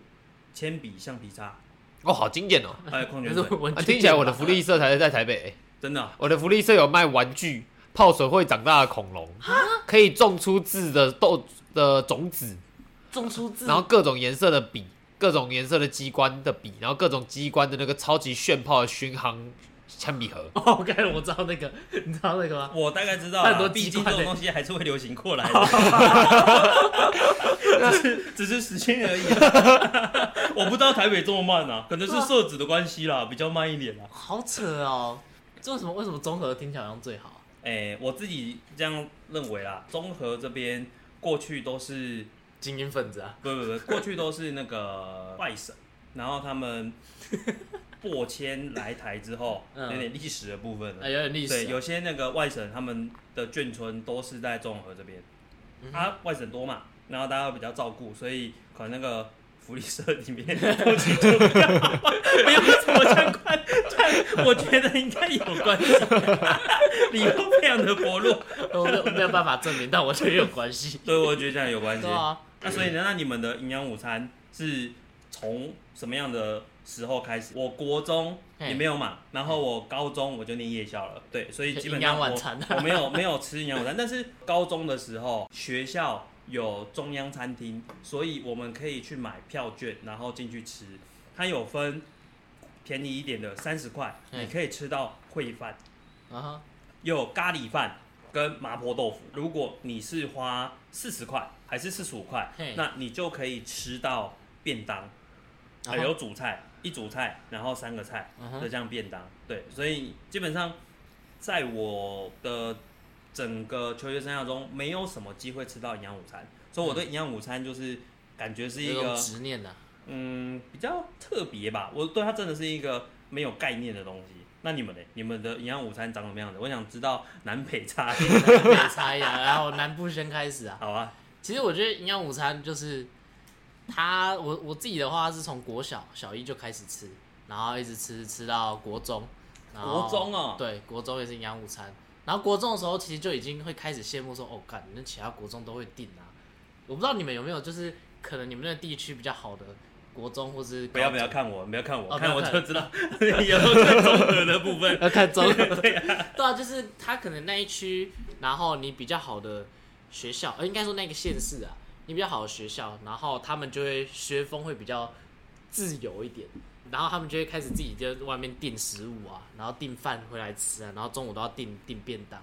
[SPEAKER 3] 铅笔、橡皮擦，
[SPEAKER 4] 哦，好经典哦！
[SPEAKER 3] 还有矿泉
[SPEAKER 2] 就是
[SPEAKER 3] 水，
[SPEAKER 2] 文
[SPEAKER 4] 啊，
[SPEAKER 2] 具店吧
[SPEAKER 4] 听起来我的福 利社才是在台北欸、
[SPEAKER 3] 真的啊、
[SPEAKER 4] 我的福利社有卖玩具，泡水会长大的恐龙，可以种出字的豆的种子，
[SPEAKER 2] 种出字，
[SPEAKER 4] 然后各种颜色的笔，各种颜色的机关的笔，然后各种机关的那个超级炫炮的巡航铅笔盒。
[SPEAKER 2] 哦，该我知道那个，你知道那个吗？
[SPEAKER 3] 我大概知道
[SPEAKER 2] 它
[SPEAKER 3] 啦，
[SPEAKER 2] 很多
[SPEAKER 3] 毕
[SPEAKER 2] 机
[SPEAKER 3] 竟
[SPEAKER 2] 关
[SPEAKER 3] 这
[SPEAKER 2] 的
[SPEAKER 3] 种东西还是会流行过 来的，只是只是时间而已啊。 我不知道台北这么慢啊，可能是设置的关系啦，比较慢一点啦。啊
[SPEAKER 2] 好扯哦！这为什么为什么综合听起来好像最好？
[SPEAKER 3] 哎、我自己这样认为啦，综合这边过去都是
[SPEAKER 2] 精英分子啊，
[SPEAKER 3] 不不不，过去都是那个 外省，然后他 们过迁来台之后，
[SPEAKER 2] 嗯
[SPEAKER 3] 有点历史的部分了
[SPEAKER 2] 哎，有点历
[SPEAKER 3] 对，
[SPEAKER 2] 史啊。
[SPEAKER 3] 有些那个外省他们的眷村都是在中和这边，啊，外省多嘛，然后大家会比较照顾，所以可能那个福利社里面 东西就比较好 没有什么相关，但我觉得应该有关系， 理由非常的薄弱，。
[SPEAKER 2] 我没有没有办法证明，但我觉得有关系
[SPEAKER 3] 对，我觉得这样有关系
[SPEAKER 2] 对。啊，
[SPEAKER 3] 那所以呢，那你们的营养午餐是从什么样的时候开始？我国中
[SPEAKER 2] 嘿
[SPEAKER 3] 也没有嘛，然后我高中我就念夜校了，对，所以基本
[SPEAKER 2] 营养
[SPEAKER 3] 上我
[SPEAKER 2] 晚餐啊
[SPEAKER 3] 我没有没有吃营养午餐，但是高中的时候学校有中央餐厅，所以我们可以去买票券，然后进去吃，它有分便宜一点的三十块，
[SPEAKER 2] 嘿
[SPEAKER 3] 你可以吃到烩饭。
[SPEAKER 2] 啊哈，
[SPEAKER 3] 有咖喱饭跟麻婆豆腐。如果你是花四十块还是四十五块
[SPEAKER 2] 嘿，啊
[SPEAKER 3] 那你就可以吃到便当，还
[SPEAKER 2] 然后
[SPEAKER 3] 有主菜一主菜，然后三个菜
[SPEAKER 2] 嗯哼
[SPEAKER 3] 的哎这样便当。对，所以基本上在我的整个求学生涯中，没有什么机会吃到营养午餐，所以我对营养午餐就是感觉是一
[SPEAKER 2] 嗯有一种
[SPEAKER 3] 个
[SPEAKER 2] 执念的，啊
[SPEAKER 3] 嗯比较特别吧，我对它真的是一个没有概念的东西。那你们呢？你们的营养午餐长什么样子？我想知道南北差异。
[SPEAKER 2] 没差呀。然后南部先开始啊。
[SPEAKER 3] 好啊，
[SPEAKER 2] 其实我觉得营养午餐就是它，我我自己的话是从国小小一就开始吃，然后一直吃吃到国中。然后
[SPEAKER 3] 国中哦
[SPEAKER 2] 对，国中也是营养午餐。然后国中的时候，其实就已经会开始羡慕说，哦，干，那其他国中都会订啊。我不知道你们有没有，就是可能你们那个地区比较好的国中或是
[SPEAKER 3] 不要
[SPEAKER 2] 高
[SPEAKER 3] 不
[SPEAKER 2] 中
[SPEAKER 3] 要看我，不要看我，
[SPEAKER 2] 哦
[SPEAKER 3] 看我
[SPEAKER 2] 不要看
[SPEAKER 3] 就知道有更综合的部 分。
[SPEAKER 2] 要看中对啊，就是他可能那一区，然后你比较好的学校，呃，应该说那个县市啊，你比较好的学校，然后他们就会学风会比较自由一点，然后他们就会开始自己在外面订食物啊，然后订饭回来吃啊，然后中午都要订订便当。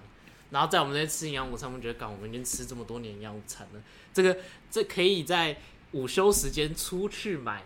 [SPEAKER 2] 然后在我们这边吃营养午餐，我们觉得，干，我们已经吃这么多年营养午餐了，这个这可以在午休时间出去买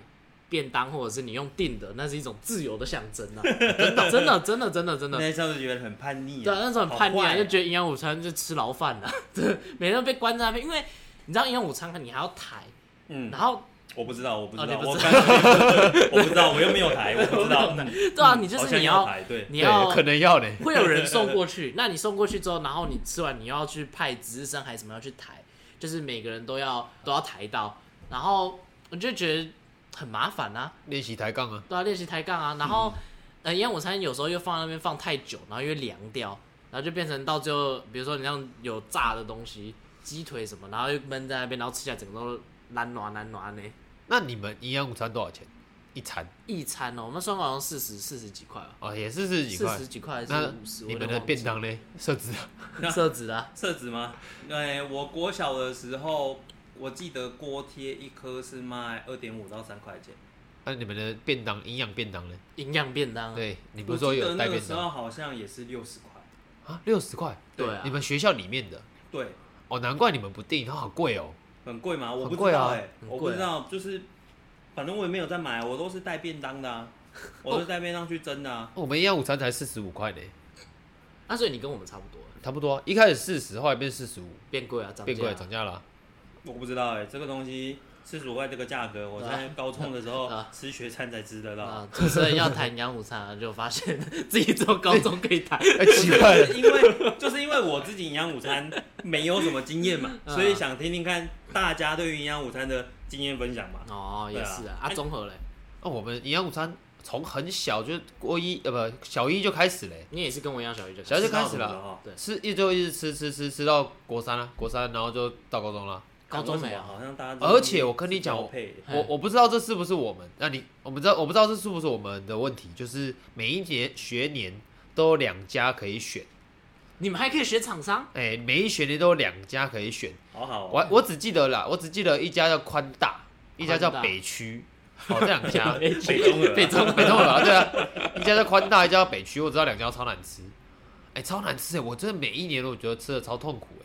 [SPEAKER 2] 便当，或者是你用订的，那是一种自由的象征啊！真的，真的，真的，真的，真的，
[SPEAKER 3] 那时候就觉得很叛逆、啊，
[SPEAKER 2] 对啊，那时候很叛逆
[SPEAKER 3] 好
[SPEAKER 2] 啊，
[SPEAKER 3] 坏
[SPEAKER 2] 就觉得营养午餐就吃牢饭了，对， 每天被关在那边，因为你知道营养午餐你还要抬，
[SPEAKER 3] 嗯，
[SPEAKER 2] 然后
[SPEAKER 3] 我不知道，我不知
[SPEAKER 2] 哦你
[SPEAKER 3] 道，
[SPEAKER 2] 不
[SPEAKER 3] 我
[SPEAKER 2] 知
[SPEAKER 3] 刚才我不知道，我又没有台，我不知 道，嗯
[SPEAKER 2] 对啊，你就
[SPEAKER 3] 好
[SPEAKER 2] 是
[SPEAKER 3] 像
[SPEAKER 2] 你
[SPEAKER 3] 要
[SPEAKER 2] 要
[SPEAKER 3] 台，对，
[SPEAKER 2] 你
[SPEAKER 4] 对
[SPEAKER 2] 要，
[SPEAKER 4] 可能要嘞。
[SPEAKER 2] 会有人送过去，那你送过去之后，然后你吃完你又要去派值日生还是什么要去抬，就是每个人都要都要抬到，然后我就觉得很麻烦啊，
[SPEAKER 4] 练习抬杠啊，
[SPEAKER 2] 对啊，练习抬杠啊，然
[SPEAKER 4] 嗯
[SPEAKER 2] 后、呃，营养午餐有时候又放在那边放太久，然后又凉掉，然后就变成到最后，比如说你像有炸的东西，鸡腿什么，然后又闷在那边，然后吃起来整个都烂软烂啊软呢。
[SPEAKER 4] 那你们营养午餐多少钱一餐？
[SPEAKER 2] 一餐哦，我们算好像四十四十几块吧，
[SPEAKER 4] 哦，也是四十几
[SPEAKER 2] 四
[SPEAKER 4] 块
[SPEAKER 2] 十。几块还
[SPEAKER 4] 那
[SPEAKER 2] 是五十？
[SPEAKER 4] 你们的便当嘞？设置
[SPEAKER 2] 设置啊，
[SPEAKER 3] 色子吗？哎，我国小的时候，我记得锅贴一颗是卖二点五到三块钱，
[SPEAKER 4] 那你们的便当营养便当嘞？
[SPEAKER 2] 营养便当、啊。
[SPEAKER 4] 对，你不
[SPEAKER 3] 我
[SPEAKER 4] 是说
[SPEAKER 3] 记得
[SPEAKER 4] 有
[SPEAKER 3] 那
[SPEAKER 4] 带
[SPEAKER 3] 个
[SPEAKER 4] 便
[SPEAKER 3] 时候
[SPEAKER 4] 当
[SPEAKER 3] 好像也是六十块，
[SPEAKER 4] 啊？六十块？
[SPEAKER 2] 对啊
[SPEAKER 4] 你们学校里面的
[SPEAKER 3] 对，
[SPEAKER 4] 哦，难怪你们不订，它好贵哦。
[SPEAKER 3] 很贵吗？我不
[SPEAKER 4] 很
[SPEAKER 3] 知
[SPEAKER 4] 贵啊
[SPEAKER 3] 道哎、
[SPEAKER 2] 很
[SPEAKER 3] 我
[SPEAKER 2] 贵啊
[SPEAKER 3] 不知道，就是反正我也没有在买，我都是带便当的、啊，我都是带便当去蒸的、啊。
[SPEAKER 4] 我们营养午餐才四十五块呢，
[SPEAKER 2] 那、啊所以你跟我们差不多，
[SPEAKER 4] 差不多啊。一开始四十，后来变四十五，
[SPEAKER 2] 变贵啊，涨价啊
[SPEAKER 4] 变贵了涨价了啊。
[SPEAKER 3] 我不知道哎、这个东西四十五块这个价格，我在高中的时候
[SPEAKER 2] 啊
[SPEAKER 3] 吃学餐才知得到。
[SPEAKER 2] 啊！主持人要谈营养午餐、啊，就发现自己只有高中可以 谈。
[SPEAKER 4] 哎，奇怪了，
[SPEAKER 3] 因为就是因为我自己营养午餐没有什么经验嘛，
[SPEAKER 4] 啊
[SPEAKER 3] 所以想听听看大家对于营养午餐的经验分享嘛。
[SPEAKER 2] 哦，也是
[SPEAKER 3] 对
[SPEAKER 2] 啊
[SPEAKER 3] 啊，
[SPEAKER 2] 啊，综合嘞，
[SPEAKER 4] 那哦我们营养午餐从很小就是国一呃不小一就开始嘞，
[SPEAKER 2] 你也是跟我一样小学就
[SPEAKER 4] 小学就开
[SPEAKER 3] 知道什
[SPEAKER 4] 始
[SPEAKER 3] 么
[SPEAKER 4] 了，
[SPEAKER 3] 了哈
[SPEAKER 2] 对
[SPEAKER 4] 吃一直一直吃吃吃吃到国三了，国三然后就到高中了。
[SPEAKER 2] 高中
[SPEAKER 3] 为
[SPEAKER 2] 没
[SPEAKER 3] 什
[SPEAKER 2] 有
[SPEAKER 3] 么啊
[SPEAKER 4] 哦
[SPEAKER 3] 好像大家
[SPEAKER 4] 而且我跟你
[SPEAKER 3] 嗯
[SPEAKER 4] 讲
[SPEAKER 3] 标配
[SPEAKER 2] 嘿
[SPEAKER 4] 我我不知道这是不是我们，那你我们知道我不知道这是不是我们的问题，就是每一节学年都有两家可以选，
[SPEAKER 2] 你们还可以学厂商
[SPEAKER 4] 哎、每一学年都有两家可以选。
[SPEAKER 3] 好好哦
[SPEAKER 4] 我我只记得啦，我只记得一家叫宽大，一家叫
[SPEAKER 2] 宽大
[SPEAKER 4] 北区，哦，这两家
[SPEAKER 2] 北
[SPEAKER 3] 北中和啊
[SPEAKER 4] 北中北中和啊，对啊，一家叫宽大，一家叫北区，我知道两家超难吃，哎、超难吃哎、我真的每一年我觉得吃的超痛苦哎、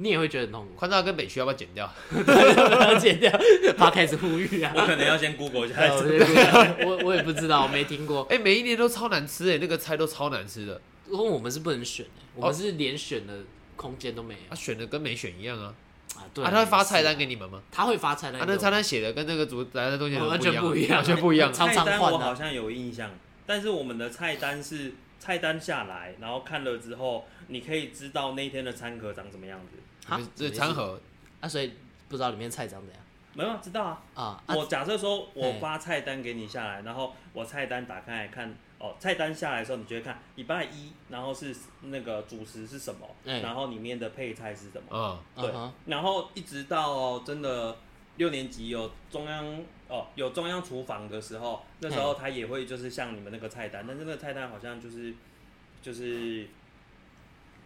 [SPEAKER 2] 你也会觉得很痛苦，
[SPEAKER 4] 宽大跟北区要不要剪掉？
[SPEAKER 2] 要剪 掉，他开始呼吁啊
[SPEAKER 3] 我。可能要先 Google 一下。
[SPEAKER 2] 哎我这个不知道我我也不知道，我没听过。
[SPEAKER 4] 哎、每一年都超难吃哎、那个菜都超难吃的，
[SPEAKER 2] 因为我们是不能选
[SPEAKER 4] 哦
[SPEAKER 2] 的，我们是连选的空间都没有
[SPEAKER 4] 他、啊选的跟没选一样啊，
[SPEAKER 2] 啊。对
[SPEAKER 4] 啊，他会发菜单
[SPEAKER 2] 给，
[SPEAKER 4] 给你们吗？
[SPEAKER 2] 他会发菜单
[SPEAKER 4] 啊，
[SPEAKER 2] 给
[SPEAKER 4] 那
[SPEAKER 2] 我，
[SPEAKER 4] 菜单写的跟那个主来的东西很
[SPEAKER 2] 完全
[SPEAKER 4] 不
[SPEAKER 2] 不
[SPEAKER 4] 一
[SPEAKER 2] 一
[SPEAKER 4] 样，
[SPEAKER 2] 样
[SPEAKER 4] 完全不一样。
[SPEAKER 2] 常常
[SPEAKER 3] 菜单
[SPEAKER 2] 换
[SPEAKER 3] 我
[SPEAKER 2] 啊
[SPEAKER 3] 好像有印象，但是我们的菜单是菜单下来，然后看了之后，你可以知道那一天的餐盒长什么样子。
[SPEAKER 2] 啊
[SPEAKER 4] 这餐盒
[SPEAKER 2] 啊，所以不知道里面菜长怎样
[SPEAKER 3] 没有知道啊。
[SPEAKER 2] 啊。啊
[SPEAKER 3] 我假设说我
[SPEAKER 2] 哎
[SPEAKER 3] 发菜单给你下来，然后我菜单打开来看，哦，菜单下来的时候，你就会看礼拜一，然后是那个主食是什么，
[SPEAKER 2] 哎
[SPEAKER 3] 然后里面的配菜是什么，
[SPEAKER 4] 嗯，
[SPEAKER 3] 对
[SPEAKER 2] 嗯哼，
[SPEAKER 3] 然后一直到真的六年级有中央哦有中央厨房的时候，那时候他也会就是像你们那个菜单，但是那个菜单好像就是就是，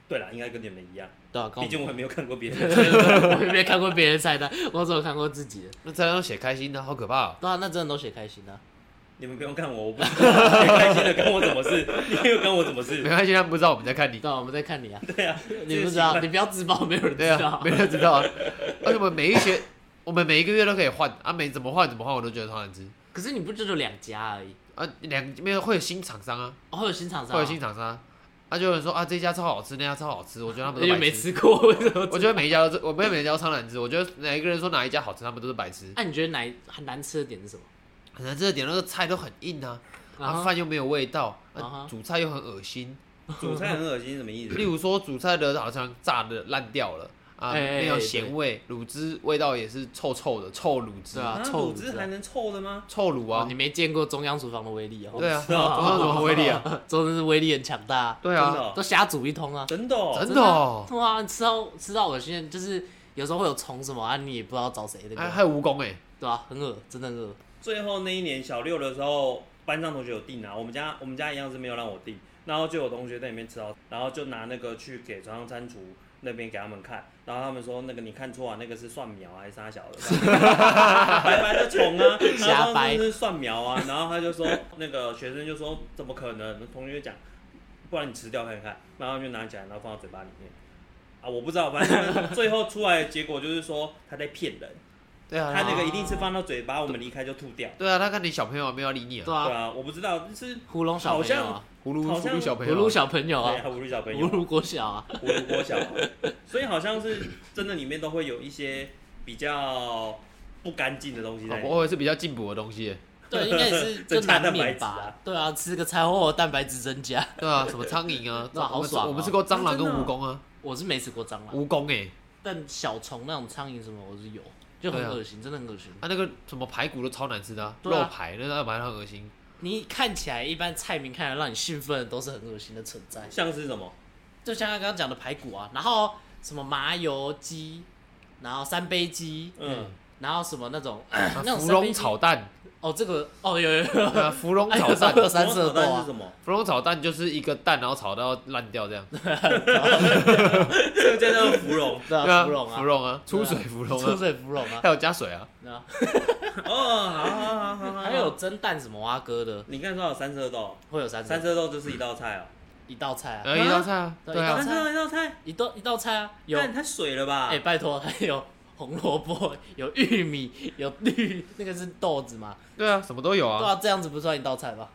[SPEAKER 3] 对啦，应该跟你们一样，
[SPEAKER 2] 对啊，跟
[SPEAKER 3] 毕
[SPEAKER 2] 我
[SPEAKER 3] 竟
[SPEAKER 2] 们。
[SPEAKER 3] 我也没有看过别人
[SPEAKER 2] 我也没看过别人的菜单，我只有看过自己的。
[SPEAKER 4] 那菜单都写开心的，好可怕、哦。
[SPEAKER 2] 对啊，那真的都写开心的啊。
[SPEAKER 3] 你们不用看我，我不很开心的跟我什么事？你又跟我什么
[SPEAKER 4] 没
[SPEAKER 3] 事？
[SPEAKER 4] 关系，他们不知道我们在看你。
[SPEAKER 2] 对啊，我们在看 你啊，
[SPEAKER 3] 对啊，
[SPEAKER 2] 你不知
[SPEAKER 3] 这
[SPEAKER 2] 道，
[SPEAKER 3] 个
[SPEAKER 2] 你不要自爆，没有人
[SPEAKER 4] 对
[SPEAKER 2] 知
[SPEAKER 4] 啊，
[SPEAKER 2] 道
[SPEAKER 4] 没。人知道啊。而且我们每一学，我们每一个月都可以换啊，每怎么换怎么换，我都觉得超难吃
[SPEAKER 2] 可是你不就只有两家而已？
[SPEAKER 4] 啊。两没有会有新厂商啊，
[SPEAKER 2] 哦，会有新厂商
[SPEAKER 4] 会
[SPEAKER 2] 啊，
[SPEAKER 4] 有新厂商啊，啊就有人说啊这家超好吃，那家超好吃，我觉得他们
[SPEAKER 2] 因
[SPEAKER 4] 都
[SPEAKER 2] 为
[SPEAKER 4] 白
[SPEAKER 2] 没
[SPEAKER 4] 痴。
[SPEAKER 2] 吃过，为什么？
[SPEAKER 4] 我觉得每一家都是，我没有每一家都超难吃。我觉得哪一个人说哪一家好吃，他们都是白痴。
[SPEAKER 2] 啊那你觉得哪一很难吃的点是什么？
[SPEAKER 4] 很难吃的点，那个菜都很硬啊，
[SPEAKER 2] 然
[SPEAKER 4] 啊
[SPEAKER 2] 后
[SPEAKER 4] 饭又没有味道，
[SPEAKER 2] 啊
[SPEAKER 4] 啊
[SPEAKER 2] 哈
[SPEAKER 4] 煮菜又很恶心。
[SPEAKER 3] 主菜很恶心，什么意思
[SPEAKER 4] 例？如说煮菜的好像炸的烂掉了啊，
[SPEAKER 2] 哎哎哎
[SPEAKER 4] 没有咸味，卤汁味道也是臭臭的，臭卤汁
[SPEAKER 2] 对，啊
[SPEAKER 3] 啊，
[SPEAKER 2] 臭
[SPEAKER 3] 卤
[SPEAKER 2] 卤
[SPEAKER 3] 汁
[SPEAKER 2] 汁啊
[SPEAKER 3] 还能臭的吗？
[SPEAKER 4] 臭卤
[SPEAKER 2] 哇，
[SPEAKER 4] 啊
[SPEAKER 2] 哦你，没见过中央厨房的威力哦。
[SPEAKER 4] 对啊，
[SPEAKER 3] 知
[SPEAKER 4] 中
[SPEAKER 3] 道
[SPEAKER 4] 央什么威力啊？
[SPEAKER 2] 真的是威力很强大啊，
[SPEAKER 4] 对
[SPEAKER 3] 真的
[SPEAKER 4] 啊，
[SPEAKER 3] 哦
[SPEAKER 2] 都瞎煮一通啊。
[SPEAKER 3] 真的哦，
[SPEAKER 4] 真的
[SPEAKER 2] 啊
[SPEAKER 4] 哦
[SPEAKER 2] 对啊，吃到吃到恶心，就是有时候会有虫什么啊，你也不知道找谁的
[SPEAKER 4] 还
[SPEAKER 2] 歌，
[SPEAKER 4] 还有蜈蚣哎，
[SPEAKER 2] 对啊，很恶，真的很恶。
[SPEAKER 3] 最后那一年小六的时候，班上同学有订啊，我们家我们家一样是没有让我订，然后就有同学在里面吃到，然后就拿那个去给中央餐厨那边给他们看，然后他们说那个你看错啊，那个是蒜苗啊还是啥小的，白白的虫啊，然
[SPEAKER 2] 瞎
[SPEAKER 3] 后
[SPEAKER 2] 掰
[SPEAKER 3] 那是蒜苗啊，然后他就说那个学生就说怎么可能，同学就讲，不然你吃掉看看，然后就拿起来然后放到嘴巴里面。啊，我不知道，反正他们最后出来的结果就是说他在骗人，
[SPEAKER 4] 对啊，
[SPEAKER 3] 他那个一定是放到嘴巴，我们离开就吐掉。
[SPEAKER 4] 对啊，他看你小朋友有没有理你啊
[SPEAKER 2] 对，
[SPEAKER 3] 对
[SPEAKER 2] 啊，
[SPEAKER 3] 啊，我不知道，就是
[SPEAKER 2] 糊弄小朋友啊，
[SPEAKER 4] 葫芦
[SPEAKER 3] 好
[SPEAKER 4] 葫
[SPEAKER 3] 像
[SPEAKER 4] 芦小朋
[SPEAKER 2] 糊
[SPEAKER 4] 友啊，
[SPEAKER 2] 弄小朋友
[SPEAKER 3] 对
[SPEAKER 2] 啊，
[SPEAKER 3] 啊，侮辱小朋友
[SPEAKER 2] 糊
[SPEAKER 3] 啊，
[SPEAKER 2] 弄国小啊，
[SPEAKER 3] 侮辱国小啊，所以好像是真的里面都会有一些比较不干净的东西在
[SPEAKER 2] 啊
[SPEAKER 3] 里面。
[SPEAKER 4] 我我也是比较进补的东西耶， 欸
[SPEAKER 2] 对，应该也 是就
[SPEAKER 3] 增加
[SPEAKER 2] 难
[SPEAKER 3] 蛋白
[SPEAKER 2] 免
[SPEAKER 3] 质啊
[SPEAKER 2] 吧。对啊，吃个菜后蛋白质增加，
[SPEAKER 4] 对啊，什么苍蝇啊，
[SPEAKER 2] 那好爽啊
[SPEAKER 4] 我们吃过蟑螂跟蜈蚣啊，
[SPEAKER 2] 我是没吃过蟑螂，
[SPEAKER 4] 蜈蚣哎，
[SPEAKER 2] 但小虫那种苍蝇什么我是有，就很
[SPEAKER 4] 对啊
[SPEAKER 2] 恶心，真的很恶心。
[SPEAKER 4] 他那个什么排骨都超难吃的啊，
[SPEAKER 2] 对
[SPEAKER 4] 肉
[SPEAKER 2] 啊
[SPEAKER 4] 排那个排很恶心，
[SPEAKER 2] 你看起来一般菜名看起来让你兴奋的都是很恶心的存在，
[SPEAKER 3] 像是什么？
[SPEAKER 2] 就像他刚刚讲的排骨啊，然后什么麻油鸡，然后三杯鸡，
[SPEAKER 3] 嗯，
[SPEAKER 2] 然后什么那种
[SPEAKER 4] 啊
[SPEAKER 2] 那种
[SPEAKER 4] 芙
[SPEAKER 2] 三杯
[SPEAKER 4] 蓉
[SPEAKER 2] 鸡
[SPEAKER 4] 炒 蛋，
[SPEAKER 2] 哦，这个哦有 有有，
[SPEAKER 4] 对啊，芙蓉
[SPEAKER 2] 哎
[SPEAKER 4] 炒
[SPEAKER 2] 有时候
[SPEAKER 4] 蛋
[SPEAKER 2] 会。有三色
[SPEAKER 3] 炒
[SPEAKER 2] 豆
[SPEAKER 3] 蛋是
[SPEAKER 2] 啊，
[SPEAKER 3] 什么？
[SPEAKER 4] 芙蓉炒蛋就是一个蛋，然后炒到烂掉这样，
[SPEAKER 3] 这个叫做芙蓉
[SPEAKER 2] 对
[SPEAKER 4] 对
[SPEAKER 2] 啊，
[SPEAKER 4] 啊，
[SPEAKER 2] 芙蓉啊，
[SPEAKER 4] 芙蓉啊，
[SPEAKER 2] 对
[SPEAKER 4] 出
[SPEAKER 2] 啊
[SPEAKER 4] 水芙蓉
[SPEAKER 2] 出
[SPEAKER 4] 啊，
[SPEAKER 2] 水芙蓉啊
[SPEAKER 4] 还，有加水啊，
[SPEAKER 2] 对 啊
[SPEAKER 3] 哦，好好好好好。
[SPEAKER 2] 还有，蒸蛋什么蛙哥的，
[SPEAKER 3] 你刚才说有三色豆，啊
[SPEAKER 2] 会有三
[SPEAKER 3] 三
[SPEAKER 2] 色
[SPEAKER 3] 色豆就是一道菜哦，
[SPEAKER 2] 一道菜啊，
[SPEAKER 4] 然后一道菜啊，
[SPEAKER 2] 对
[SPEAKER 4] 对
[SPEAKER 2] 一道
[SPEAKER 4] 啊
[SPEAKER 2] 菜，
[SPEAKER 3] 三色豆一道菜，
[SPEAKER 2] 一道一道菜啊，有
[SPEAKER 3] 但太水了吧
[SPEAKER 2] 哎、？拜托， 还有红萝卜， 有玉米， 有绿，那个是豆子嘛？
[SPEAKER 4] 对啊，什么都有
[SPEAKER 2] 对
[SPEAKER 4] 啊，
[SPEAKER 2] 啊，这样子不算一道菜吧？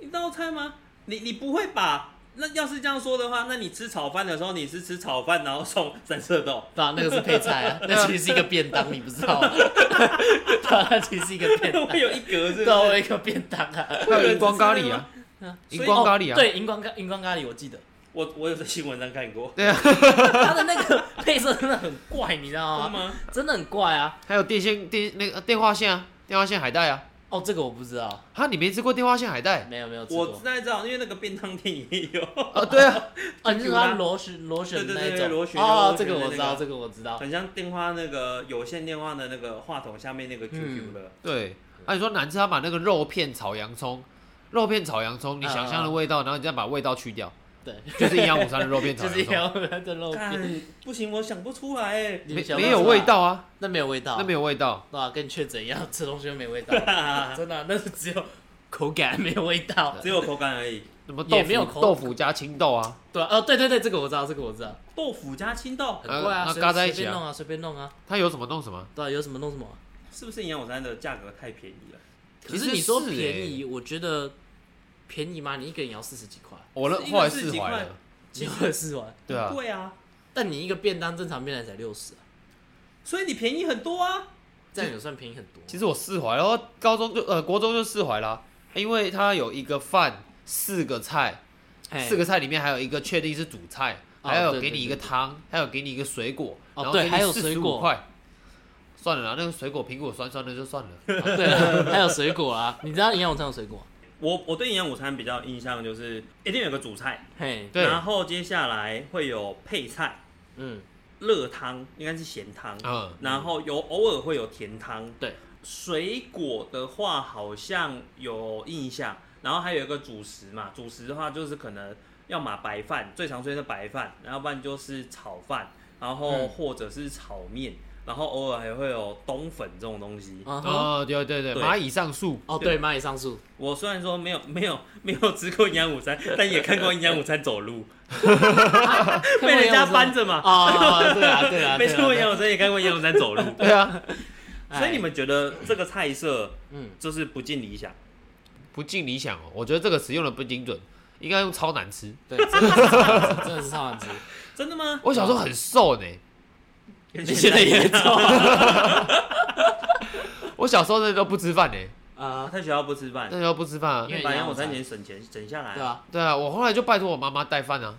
[SPEAKER 3] 一道菜吗？你你不会吧？那要是这样说的话，那你吃炒饭的时候，你是吃炒饭然后送三色豆，
[SPEAKER 2] 对啊，那个是配菜啊， 那其实是一个便 当，你不知道吗？啊对啊，那其实是一个便当，
[SPEAKER 3] 会有一格是
[SPEAKER 2] 对啊，
[SPEAKER 3] 不
[SPEAKER 2] 我有
[SPEAKER 3] 是？
[SPEAKER 2] 一个便当啊。哦
[SPEAKER 4] 还有荧光咖喱啊，荧光咖喱啊，
[SPEAKER 2] 对， 荧光咖荧光咖喱，我记得
[SPEAKER 3] 我我有在新闻上看过，
[SPEAKER 4] 对啊，
[SPEAKER 2] 它的那个 配色真的很怪，你知道
[SPEAKER 3] 是
[SPEAKER 2] 吗？
[SPEAKER 3] 吗？
[SPEAKER 2] 真的很怪啊！
[SPEAKER 4] 还有电线电那个电话线啊，电话线海带啊，
[SPEAKER 2] 哦，这个我不知道，
[SPEAKER 4] 哈，你没吃过电话线海带？
[SPEAKER 2] 没有没有吃
[SPEAKER 3] 我
[SPEAKER 2] 过
[SPEAKER 3] 现。在知道，因为那个便当店也有，
[SPEAKER 4] 啊，对啊，
[SPEAKER 2] 啊，你是说它螺旋螺旋
[SPEAKER 3] 对
[SPEAKER 2] 的那
[SPEAKER 3] 对对
[SPEAKER 2] 一种？
[SPEAKER 3] 螺旋
[SPEAKER 2] 哦，
[SPEAKER 3] 螺
[SPEAKER 2] 这
[SPEAKER 3] 旋的
[SPEAKER 2] 个我知道，
[SPEAKER 3] 那个
[SPEAKER 2] 这个我知 道。
[SPEAKER 3] 很像电话那个有线电话的那个话筒下面那
[SPEAKER 4] 嗯
[SPEAKER 3] 个 QQ 的，
[SPEAKER 4] 对，啊，你说难吃，他把那个肉片炒洋葱，肉片炒洋葱，你想象的味道，然后你再把味道去掉，
[SPEAKER 2] 对，
[SPEAKER 4] 就是营养午餐的肉片炒
[SPEAKER 2] 就是
[SPEAKER 4] 洋葱，
[SPEAKER 2] 要的肉
[SPEAKER 3] 看
[SPEAKER 2] 片，
[SPEAKER 3] 不行，我想不出来哎。
[SPEAKER 2] 你
[SPEAKER 4] 没
[SPEAKER 2] 想不
[SPEAKER 4] 没有
[SPEAKER 2] 出来
[SPEAKER 4] 味，道啊，
[SPEAKER 2] 那没有味道，
[SPEAKER 4] 那没有味道，
[SPEAKER 2] 对啊，跟确诊一样，吃东西都没味 道，真的啊，那是只有口感没有味道，
[SPEAKER 3] 只有口感而已。
[SPEAKER 4] 什么
[SPEAKER 2] 也
[SPEAKER 4] 豆
[SPEAKER 2] 没有
[SPEAKER 4] 腐
[SPEAKER 2] 口
[SPEAKER 4] 豆腐加青豆啊，
[SPEAKER 2] 对啊，哦，对对对，这个我知道，这个我知道，
[SPEAKER 3] 豆腐加青豆
[SPEAKER 2] 很贵啊，
[SPEAKER 4] 那
[SPEAKER 2] 随
[SPEAKER 4] 嘎在一
[SPEAKER 2] 随
[SPEAKER 4] 起
[SPEAKER 2] 便
[SPEAKER 4] 啊
[SPEAKER 2] 弄啊，随便弄啊，
[SPEAKER 4] 它有什么弄什么，
[SPEAKER 2] 对啊，有什么弄什么啊。
[SPEAKER 3] 是不是营养午餐的价格太便宜了？
[SPEAKER 2] 可是你说
[SPEAKER 4] 其实是
[SPEAKER 2] 便宜，
[SPEAKER 4] 欸
[SPEAKER 2] 我觉觉得便宜吗？你一个人也要四十几块，
[SPEAKER 4] 我那
[SPEAKER 3] 是一个
[SPEAKER 4] 后来
[SPEAKER 3] 是
[SPEAKER 4] 释
[SPEAKER 3] 几
[SPEAKER 4] 怀
[SPEAKER 3] 块
[SPEAKER 4] 了，
[SPEAKER 2] 你二十碗，
[SPEAKER 4] 对啊，
[SPEAKER 3] 对啊，
[SPEAKER 2] 但你一个便当正常便当才六十、啊，
[SPEAKER 3] 所以你便宜很多啊。
[SPEAKER 2] 这样也算便宜很多。
[SPEAKER 4] 其实我释怀了，然后高中就呃国中就释怀啦、因为它有一个饭四个菜，
[SPEAKER 2] 哎
[SPEAKER 4] 四个菜里面还有一个确定是主菜，
[SPEAKER 2] 哦
[SPEAKER 4] 还有
[SPEAKER 2] 对
[SPEAKER 4] 给
[SPEAKER 2] 对
[SPEAKER 4] 你一个
[SPEAKER 2] 对对
[SPEAKER 4] 汤，还有给你一个水果，
[SPEAKER 2] 哦
[SPEAKER 4] 然后
[SPEAKER 2] 对
[SPEAKER 4] 给你
[SPEAKER 2] 还有
[SPEAKER 4] 45
[SPEAKER 2] 水果
[SPEAKER 4] 块。算了啦，那个水果苹果酸酸的就 算了。
[SPEAKER 2] 对了，还有水果啊，你知道营养午餐有水果？
[SPEAKER 3] 我我对营养午餐比较印象就是一定有个主菜，
[SPEAKER 2] 嘿，
[SPEAKER 4] 对
[SPEAKER 3] 然后接下来会有配菜、
[SPEAKER 2] 嗯，
[SPEAKER 3] 热汤，应该是咸汤，
[SPEAKER 4] 嗯
[SPEAKER 3] 然后有偶尔会有甜汤。
[SPEAKER 2] 对，
[SPEAKER 3] 水果的话好像有印象，然后还有一个主食嘛，主食的话就是可能要么白饭，最常出现的白饭，然后不然就是炒饭，然后
[SPEAKER 2] 嗯
[SPEAKER 3] 或者是炒面，然后偶尔还会有冬粉这种东西。
[SPEAKER 2] 啊哈，
[SPEAKER 4] 哦，对对对，
[SPEAKER 3] 对
[SPEAKER 4] 蚂蚁上树，
[SPEAKER 2] 哦对，蚂蚁上树，
[SPEAKER 3] 我虽然说没有没有没有吃过营养午餐，但也看过营养午餐走 路， 被人家搬着嘛。
[SPEAKER 2] 啊，对啊对啊，
[SPEAKER 3] 没
[SPEAKER 2] 对
[SPEAKER 3] 吃
[SPEAKER 2] 啊哎
[SPEAKER 3] 过营
[SPEAKER 2] 对啊
[SPEAKER 3] 养午餐，也看过营养午餐走路。
[SPEAKER 4] 对啊，
[SPEAKER 3] 所以你们觉得这个菜色
[SPEAKER 2] 嗯，
[SPEAKER 3] 就是不尽理想？
[SPEAKER 4] 不尽理想哦。我觉得这个使用的不精准，应该用超难吃。
[SPEAKER 2] 对，真的是超难吃，真的是 超难吃，
[SPEAKER 3] 真的吗？
[SPEAKER 4] 我小时
[SPEAKER 2] 哦
[SPEAKER 4] 候很瘦呢，
[SPEAKER 2] 你 现 在也
[SPEAKER 3] 知
[SPEAKER 2] 知
[SPEAKER 3] 道
[SPEAKER 2] 道
[SPEAKER 4] 我小时候那都不吃饭呢，
[SPEAKER 3] 啊，
[SPEAKER 2] 啊，
[SPEAKER 3] 他学校不吃饭
[SPEAKER 4] 那，时候不吃饭啊
[SPEAKER 2] 因。为
[SPEAKER 3] 把营养午
[SPEAKER 2] 餐
[SPEAKER 3] 餐钱省钱省下来
[SPEAKER 2] 对，啊。
[SPEAKER 4] 对啊，我后来就拜托我妈妈带饭啊。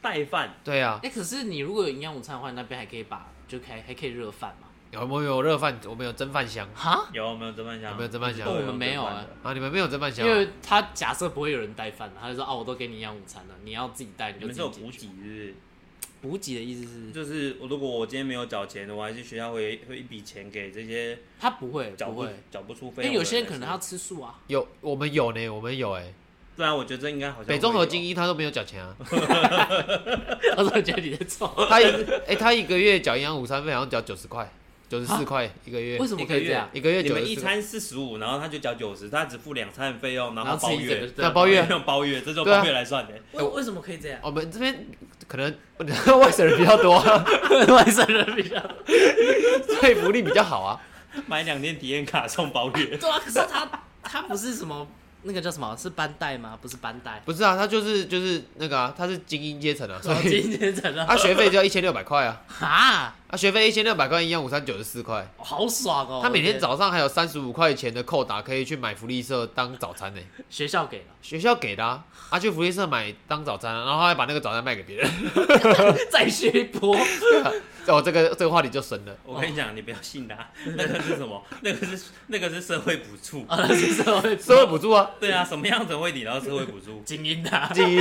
[SPEAKER 3] 带饭
[SPEAKER 4] 对啊，
[SPEAKER 2] 哎，可是你如果有营养午餐的话，你那边还可以把就还还可以热饭嘛？
[SPEAKER 4] 我们有热饭，我们有蒸饭箱
[SPEAKER 2] 哈，
[SPEAKER 3] 有没有蒸饭箱？
[SPEAKER 4] 有没有蒸饭箱
[SPEAKER 3] 都
[SPEAKER 2] 我们没有
[SPEAKER 3] 蒸饭
[SPEAKER 2] 啊
[SPEAKER 3] 的
[SPEAKER 4] 啊。你们没有蒸饭箱
[SPEAKER 2] 因
[SPEAKER 4] 啊？
[SPEAKER 2] 为他假设不会有人带饭的，他就说哦，我都给你营养午餐了，你要自己带你
[SPEAKER 3] 你
[SPEAKER 2] 就
[SPEAKER 3] 们
[SPEAKER 2] 自
[SPEAKER 3] 是有补
[SPEAKER 2] 己解决
[SPEAKER 3] 给日，
[SPEAKER 2] 补给的意思是，
[SPEAKER 3] 就是我如果我今天没有缴钱，我还是学校会会一笔钱给这些
[SPEAKER 2] 他不会
[SPEAKER 3] 缴
[SPEAKER 2] 不
[SPEAKER 3] 不
[SPEAKER 2] 会，
[SPEAKER 3] 缴不出费用的
[SPEAKER 2] 因
[SPEAKER 3] 人。
[SPEAKER 2] 为有些人可能他吃素啊，
[SPEAKER 4] 有，我们有呢，我们有哎。
[SPEAKER 3] 对啊，我觉得这应该好像
[SPEAKER 4] 北中
[SPEAKER 3] 会
[SPEAKER 4] 和
[SPEAKER 3] 有
[SPEAKER 4] 精英他都没有缴钱啊，
[SPEAKER 2] 他说觉得你在臭，
[SPEAKER 4] 他一哎他一个月缴营养午餐费好像缴九十块，九十四
[SPEAKER 2] 啊
[SPEAKER 4] 块一个月
[SPEAKER 2] 为，什么可以这样？
[SPEAKER 4] 一个月
[SPEAKER 3] 你
[SPEAKER 4] 九
[SPEAKER 3] 们一
[SPEAKER 4] 十四。
[SPEAKER 3] 餐四十五，然后他就缴九十，他只付两餐费用，然
[SPEAKER 2] 然后
[SPEAKER 3] 后
[SPEAKER 2] 自
[SPEAKER 3] 包
[SPEAKER 2] 己整个
[SPEAKER 3] 月，
[SPEAKER 2] 对啊
[SPEAKER 4] 那包月
[SPEAKER 3] 用包 月，这就
[SPEAKER 4] 对啊
[SPEAKER 3] 包月来算的。
[SPEAKER 2] 为为什么可以这 样？
[SPEAKER 4] 我们哦这边可能 外省人比较多啊，
[SPEAKER 2] 外省人 比较
[SPEAKER 4] 所以福利比较好啊。
[SPEAKER 3] 买两天体验卡送包 月，
[SPEAKER 2] 对啊，可是他他不是什么那个叫什么是班带吗？不是班带，
[SPEAKER 4] 不是啊，他就是就是那个啊，他是精英阶层啊，所
[SPEAKER 2] 然后
[SPEAKER 4] 以
[SPEAKER 2] 今天成了
[SPEAKER 4] 他学费就要一千六百块啊，
[SPEAKER 2] 啊，
[SPEAKER 4] 啊学费一千六百块，营养午餐九十四块，
[SPEAKER 2] 好爽哦！
[SPEAKER 4] 他每天
[SPEAKER 2] 我觉得
[SPEAKER 4] 早上还有三十五块钱的扣打可以去买福利社当早餐呢、
[SPEAKER 2] 学校给了，
[SPEAKER 4] 学校给的啊，啊去福利社买当早餐啊、然后还把那个早餐卖给别人，
[SPEAKER 2] 再学一 波，
[SPEAKER 4] 哦这个这个话题就深了，
[SPEAKER 3] 我跟你讲，你不要信他，那个是什么？那个是那个是社会补助。
[SPEAKER 2] 啊，那是社会？
[SPEAKER 4] 社会补助啊，
[SPEAKER 3] 对啊，什么样子会领到社会补助
[SPEAKER 2] 精英的啊，
[SPEAKER 4] 精英，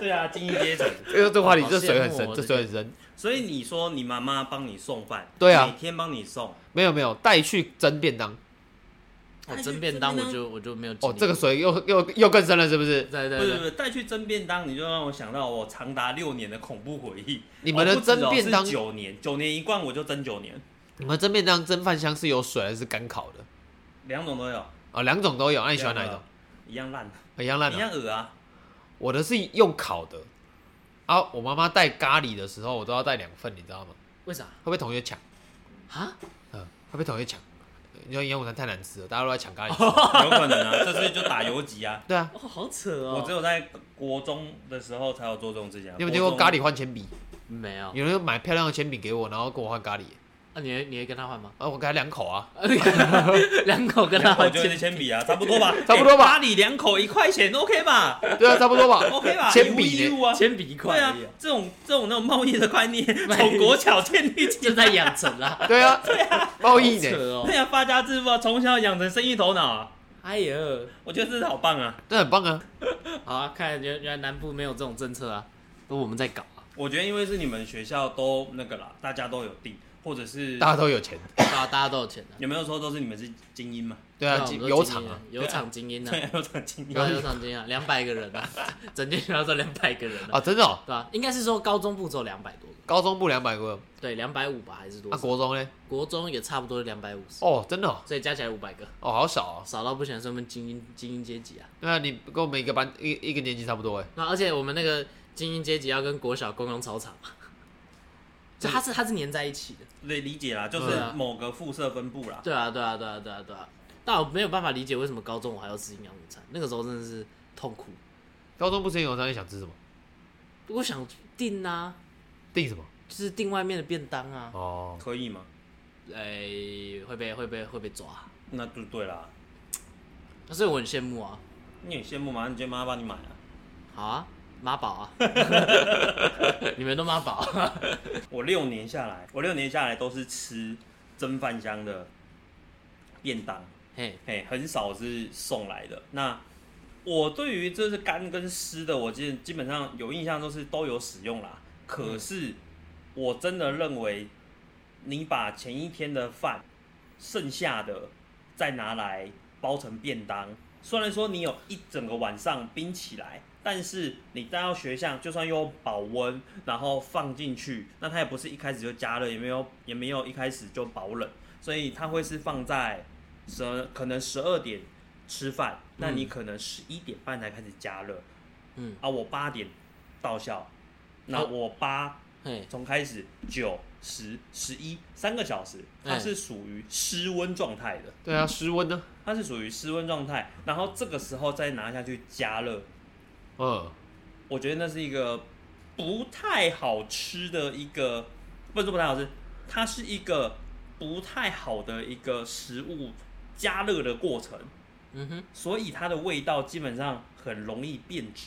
[SPEAKER 3] 对啊，精英阶层。
[SPEAKER 4] 这个这个话题
[SPEAKER 2] 好
[SPEAKER 4] 这水很
[SPEAKER 2] 羡慕
[SPEAKER 4] 深，
[SPEAKER 2] 哦
[SPEAKER 4] 这水很深，
[SPEAKER 3] 所以你说你妈妈帮你送饭，
[SPEAKER 4] 对啊
[SPEAKER 3] 每天帮你送，
[SPEAKER 4] 没有没有带去蒸便当，
[SPEAKER 2] 我蒸便当我就我就没有
[SPEAKER 4] 哦这个
[SPEAKER 2] 对
[SPEAKER 4] 水又又又更深了是不是？
[SPEAKER 2] 对
[SPEAKER 3] 不
[SPEAKER 2] 对
[SPEAKER 3] 是不是带去蒸便当，你就让我想到我长达六年的恐怖回忆。
[SPEAKER 4] 你们的
[SPEAKER 3] 哦不止哦
[SPEAKER 4] 蒸便当
[SPEAKER 3] 是九年，九年一罐我就蒸九年，
[SPEAKER 4] 你们蒸便当蒸饭香是有水还是干烤的？
[SPEAKER 3] 两种都有。
[SPEAKER 4] 啊、两种都有，那、你喜欢哪一种？？
[SPEAKER 3] 一样烂，
[SPEAKER 4] 一样烂
[SPEAKER 3] 一
[SPEAKER 4] 的、
[SPEAKER 3] 样恶啊！
[SPEAKER 4] 我的是用烤的。啊，我妈妈带咖喱的时候，我都要带两份，你知道吗？
[SPEAKER 2] 为啥
[SPEAKER 4] 会被同学抢，
[SPEAKER 2] 啊？
[SPEAKER 4] 嗯，会被同学抢。你说营养午餐太难吃了，大家都在抢咖 喱吃。
[SPEAKER 3] 有可能啊，这次就打游击啊！
[SPEAKER 4] 对啊，
[SPEAKER 2] 哦，好扯
[SPEAKER 3] 我只
[SPEAKER 2] 哦，
[SPEAKER 3] 有在国中的时候才有做这种事情啊。
[SPEAKER 4] 你有没有听过
[SPEAKER 3] 国
[SPEAKER 4] 咖 喱换铅笔？
[SPEAKER 2] 没有，
[SPEAKER 4] 有人买漂亮的铅笔给我，然后跟我换咖喱，
[SPEAKER 2] 那你会你会跟他换 吗？
[SPEAKER 4] 啊，我给他两口啊，
[SPEAKER 2] 两口跟
[SPEAKER 3] 中？
[SPEAKER 2] 他
[SPEAKER 3] 两口
[SPEAKER 2] 换
[SPEAKER 3] 就是铅笔啊，差不多吧，
[SPEAKER 4] 差不多 吧
[SPEAKER 3] 哎咖喱两口一块钱，OK 吧
[SPEAKER 4] 对啊，差不多吧
[SPEAKER 3] ？OK 吧？
[SPEAKER 4] 铅笔
[SPEAKER 3] 一物
[SPEAKER 4] 呢？
[SPEAKER 3] 一物啊，
[SPEAKER 2] 铅笔一块
[SPEAKER 3] 对啊
[SPEAKER 2] 而已哦，，
[SPEAKER 3] 这种这种那种贸易的观 念，从国小建立 起
[SPEAKER 2] 就在养成 啦，
[SPEAKER 4] 对啊，对啊，贸易
[SPEAKER 2] 扯
[SPEAKER 4] 呢？
[SPEAKER 2] 哦
[SPEAKER 3] 对，啊，发家致富啊，从小养成生意头脑啊，
[SPEAKER 2] 哎呦，
[SPEAKER 3] 我觉得这是好棒啊！
[SPEAKER 4] 这很棒啊！
[SPEAKER 2] 好啊，看来原原来南部没有这种政策啊，都我们在搞啊，
[SPEAKER 3] 我觉得因为是你们学校都那个啦，大家都有地，或者是
[SPEAKER 4] 大家都有钱，
[SPEAKER 2] 啊
[SPEAKER 4] 啊
[SPEAKER 2] 大大家都有钱的，
[SPEAKER 3] 有没有说都是你们是精英 嘛？
[SPEAKER 4] 对啊，
[SPEAKER 2] 我们都
[SPEAKER 4] 有
[SPEAKER 2] 精
[SPEAKER 4] 厂
[SPEAKER 2] 英
[SPEAKER 4] 啊，，
[SPEAKER 2] 有厂精英啊，
[SPEAKER 3] 对，有这精英
[SPEAKER 2] 对。啊，有厂精英啊，两百个人啊， 整间学校都两百个人啊，
[SPEAKER 4] 啊，真的哦，
[SPEAKER 2] 对吧？应该是说高中部只有两百多个，
[SPEAKER 4] 高中部两百个，
[SPEAKER 2] 对，两百五吧，还是多少？
[SPEAKER 4] 那啊国中呢？
[SPEAKER 2] 国中也差不多两百五十，
[SPEAKER 4] 哦，真的哦，
[SPEAKER 2] 所以加起来五百个，
[SPEAKER 4] 哦，好少哦，
[SPEAKER 2] 少到不行，算分精英精英阶级啊。
[SPEAKER 4] 那你跟我们一个班一一个年级差不多哎，
[SPEAKER 2] 那而且我们那个精英阶级要跟国小公用操场 嘛，就它是它是粘在一起的。
[SPEAKER 3] 对，理解啦，就
[SPEAKER 2] 对
[SPEAKER 3] 是
[SPEAKER 2] 啊
[SPEAKER 3] 某个辐射分布啦。
[SPEAKER 2] 对啊，对啊，对啊，对啊，对啊。但我没有办法理解为什么高中我还要吃营养午餐，那个时候真的是痛苦。
[SPEAKER 4] 高中不吃营养午餐，你想吃什么？
[SPEAKER 2] 我想订啊，
[SPEAKER 4] 订什么？
[SPEAKER 2] 就是订外面的便当啊，
[SPEAKER 4] 哦，
[SPEAKER 3] 可以吗？
[SPEAKER 2] 哎、会被会被会被抓，
[SPEAKER 3] 那就对啦。
[SPEAKER 2] 所以我很羡慕啊。
[SPEAKER 3] 你很羡慕吗？你觉得妈妈帮你买啊？
[SPEAKER 2] 好啊，妈宝啊， 你们都妈宝、啊
[SPEAKER 3] 我六年下来，我六年下来都是吃蒸饭香的便当，
[SPEAKER 2] 嘿，
[SPEAKER 3] 嘿，很少是送来的。那我对于这是干跟湿的，我基基本上有印象都是都有使用啦。可是我真的认为，你把前一天的饭剩下的再拿来包成便当，虽然说你有一整个晚上冰起来。但是你带到学校，就算用保温，然后放进去，那它也不是一开始就加热，也没有也没有一开始就保冷，所以它会是放在十可能十二点吃饭，那你可能十一点半才开始加热，
[SPEAKER 2] 嗯，
[SPEAKER 3] 啊，我八点到校，那
[SPEAKER 2] 哦
[SPEAKER 3] 我八
[SPEAKER 2] 嘿，
[SPEAKER 3] 从开始九十十一三个小时，它
[SPEAKER 2] 哎
[SPEAKER 3] 是属于室温状态的，
[SPEAKER 4] 对啊，室温呢？
[SPEAKER 3] 它是属于室温状态，然后这个时候再拿下去加热，
[SPEAKER 4] 嗯，
[SPEAKER 3] 我觉得那是一个不太好吃的一个，不是说不太好吃，它是一个不太好的一个食物加热的过程。
[SPEAKER 2] 嗯哼，
[SPEAKER 3] 所以它的味道基本上很容易变质。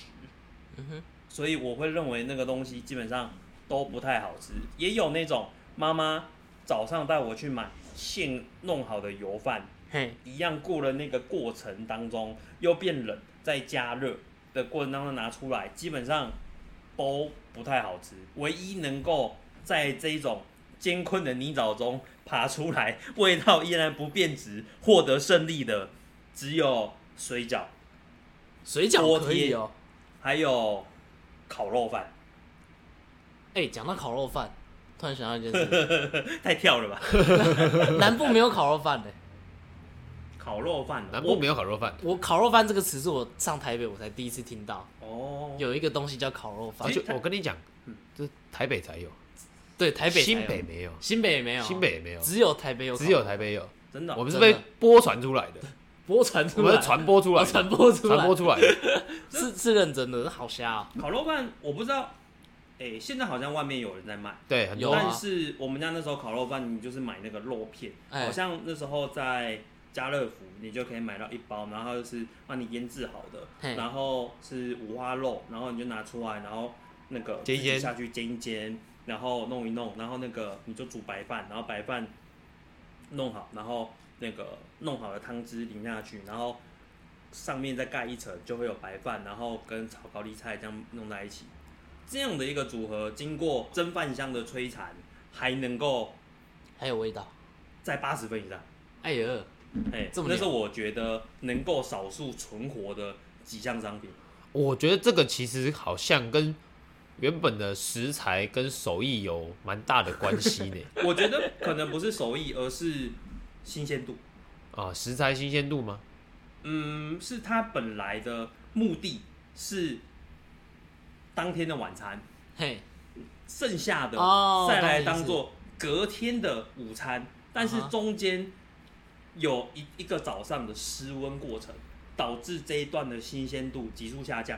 [SPEAKER 2] 嗯哼，
[SPEAKER 3] 所以我会认为那个东西基本上都不太好吃。也有那种妈妈早上带我去买现弄好的油饭，
[SPEAKER 2] 嘿，
[SPEAKER 3] 一样过了那个过程当中又变冷，再加热的过程当中拿出来，基本上都不太好吃。唯一能够在这种艰困的泥沼中爬出来，味道依然不变质，获得胜利的只有水饺，
[SPEAKER 2] 水饺可以哦、
[SPEAKER 3] 还有烤肉饭，
[SPEAKER 2] 哎、讲到烤肉饭，突然想到一件事，
[SPEAKER 3] 太跳了吧？
[SPEAKER 2] 南部没有烤肉饭的、
[SPEAKER 3] 烤肉饭哦，
[SPEAKER 4] 南部没有烤肉饭，
[SPEAKER 2] 我烤肉饭这个词是我上台北我才第一次听到，
[SPEAKER 3] 我哦，
[SPEAKER 2] 有一个东西叫烤肉
[SPEAKER 4] 而
[SPEAKER 2] 饭
[SPEAKER 3] 其，实
[SPEAKER 4] 且
[SPEAKER 3] 它
[SPEAKER 4] 我跟你讲，这台北才有，
[SPEAKER 2] 对，嗯台北才有
[SPEAKER 4] 新北没有，
[SPEAKER 2] 新北也没有，
[SPEAKER 4] 新北也没有，
[SPEAKER 2] 只有台北有烤，
[SPEAKER 4] 只有台北有，
[SPEAKER 3] 真的哦
[SPEAKER 4] 我们是
[SPEAKER 2] 真
[SPEAKER 4] 被
[SPEAKER 2] 的
[SPEAKER 4] 播传出来的，
[SPEAKER 2] 播传
[SPEAKER 4] 我
[SPEAKER 2] 出
[SPEAKER 4] 们
[SPEAKER 2] 来，
[SPEAKER 4] 是传播出来
[SPEAKER 2] 哦
[SPEAKER 4] 的，
[SPEAKER 2] 传播出来，
[SPEAKER 4] 传播出来的，
[SPEAKER 2] 是是认真的，好瞎啊！
[SPEAKER 3] 烤肉饭，我不知道，哎、现在好像外面有人在卖。
[SPEAKER 4] 对，很
[SPEAKER 2] 有
[SPEAKER 4] 多
[SPEAKER 2] 啊
[SPEAKER 3] 但是我们家那时候烤肉饭，你就是买那个肉片，
[SPEAKER 2] 哎
[SPEAKER 3] 好像那时候在家乐福你就可以买到一包，然后它就是帮你腌制好
[SPEAKER 2] 嘿
[SPEAKER 3] 的，然后是五花肉，然后你就拿出来，然后那个
[SPEAKER 4] 煎一煎
[SPEAKER 3] 自己下去煎一煎，然后弄一弄，然后那个你就煮白饭，然后白饭弄好，然后那个弄好的汤汁淋下去，然后上面再盖一层，就会有白饭，然后跟炒高丽菜这样弄在一起。这样的一个组合，经过蒸饭箱的摧残，还能够
[SPEAKER 2] 还有味道，
[SPEAKER 3] 在八十分以上。
[SPEAKER 2] 哎呦，
[SPEAKER 3] 哎、
[SPEAKER 2] 这么
[SPEAKER 3] 那
[SPEAKER 2] 牛
[SPEAKER 3] 是我觉得能够少数存活的几项商品。
[SPEAKER 4] 我觉得这个其实好像跟原本的食材跟手艺有蛮大的关系 呢。
[SPEAKER 3] 我觉得可能不是手艺，而是新鲜度。
[SPEAKER 4] 啊，食材新鲜度吗？
[SPEAKER 3] 嗯，是它本来的目的是当天的晚餐，
[SPEAKER 2] 嘿，
[SPEAKER 3] 剩下的
[SPEAKER 2] 哦
[SPEAKER 3] 再来
[SPEAKER 2] 我懂你意思
[SPEAKER 3] 当做隔天的午餐，但是
[SPEAKER 2] 啊哈
[SPEAKER 3] 中间有一一个早上的失温过程，导致这一段的新鲜度急速下降。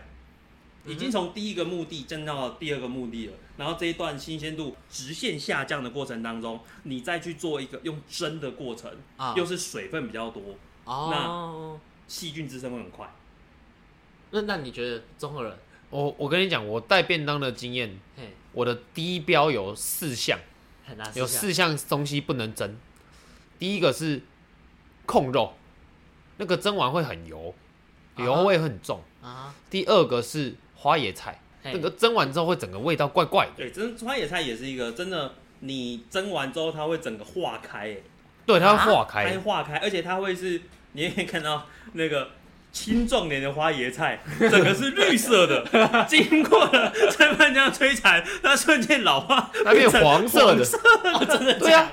[SPEAKER 3] 已经从第一个目的降到第二个目的了，然后这一段新鲜度直线下降的过程当中，你再去做一个用蒸的过程，
[SPEAKER 2] 啊
[SPEAKER 3] 又是水分比较多，
[SPEAKER 2] 哦，
[SPEAKER 3] 细菌滋生会很快。
[SPEAKER 2] 那那你觉得中国人，
[SPEAKER 4] 我我跟你讲，我带便当的经验，
[SPEAKER 2] 嘿，
[SPEAKER 4] 我的第一标有四项，
[SPEAKER 2] 很难
[SPEAKER 4] 有
[SPEAKER 2] 四
[SPEAKER 4] 四项东西不能蒸。第一个是控肉，那个蒸完会很油，油味会很重。
[SPEAKER 2] 啊，
[SPEAKER 4] 第二个是花椰菜，
[SPEAKER 2] 嘿
[SPEAKER 4] 那个蒸完之后会整个味道怪怪的。
[SPEAKER 3] 对，真的川野菜也是一个真的你蒸完之后，它会整个化开、欸，
[SPEAKER 4] 对，它会化
[SPEAKER 3] 它会
[SPEAKER 4] 开，
[SPEAKER 3] 化开，而且它会是，你也可以看到那个青壮年的花椰菜，整个是绿色的，经过了吹风这样摧残，它瞬间老化，
[SPEAKER 4] 它变黄色 的，对 啊，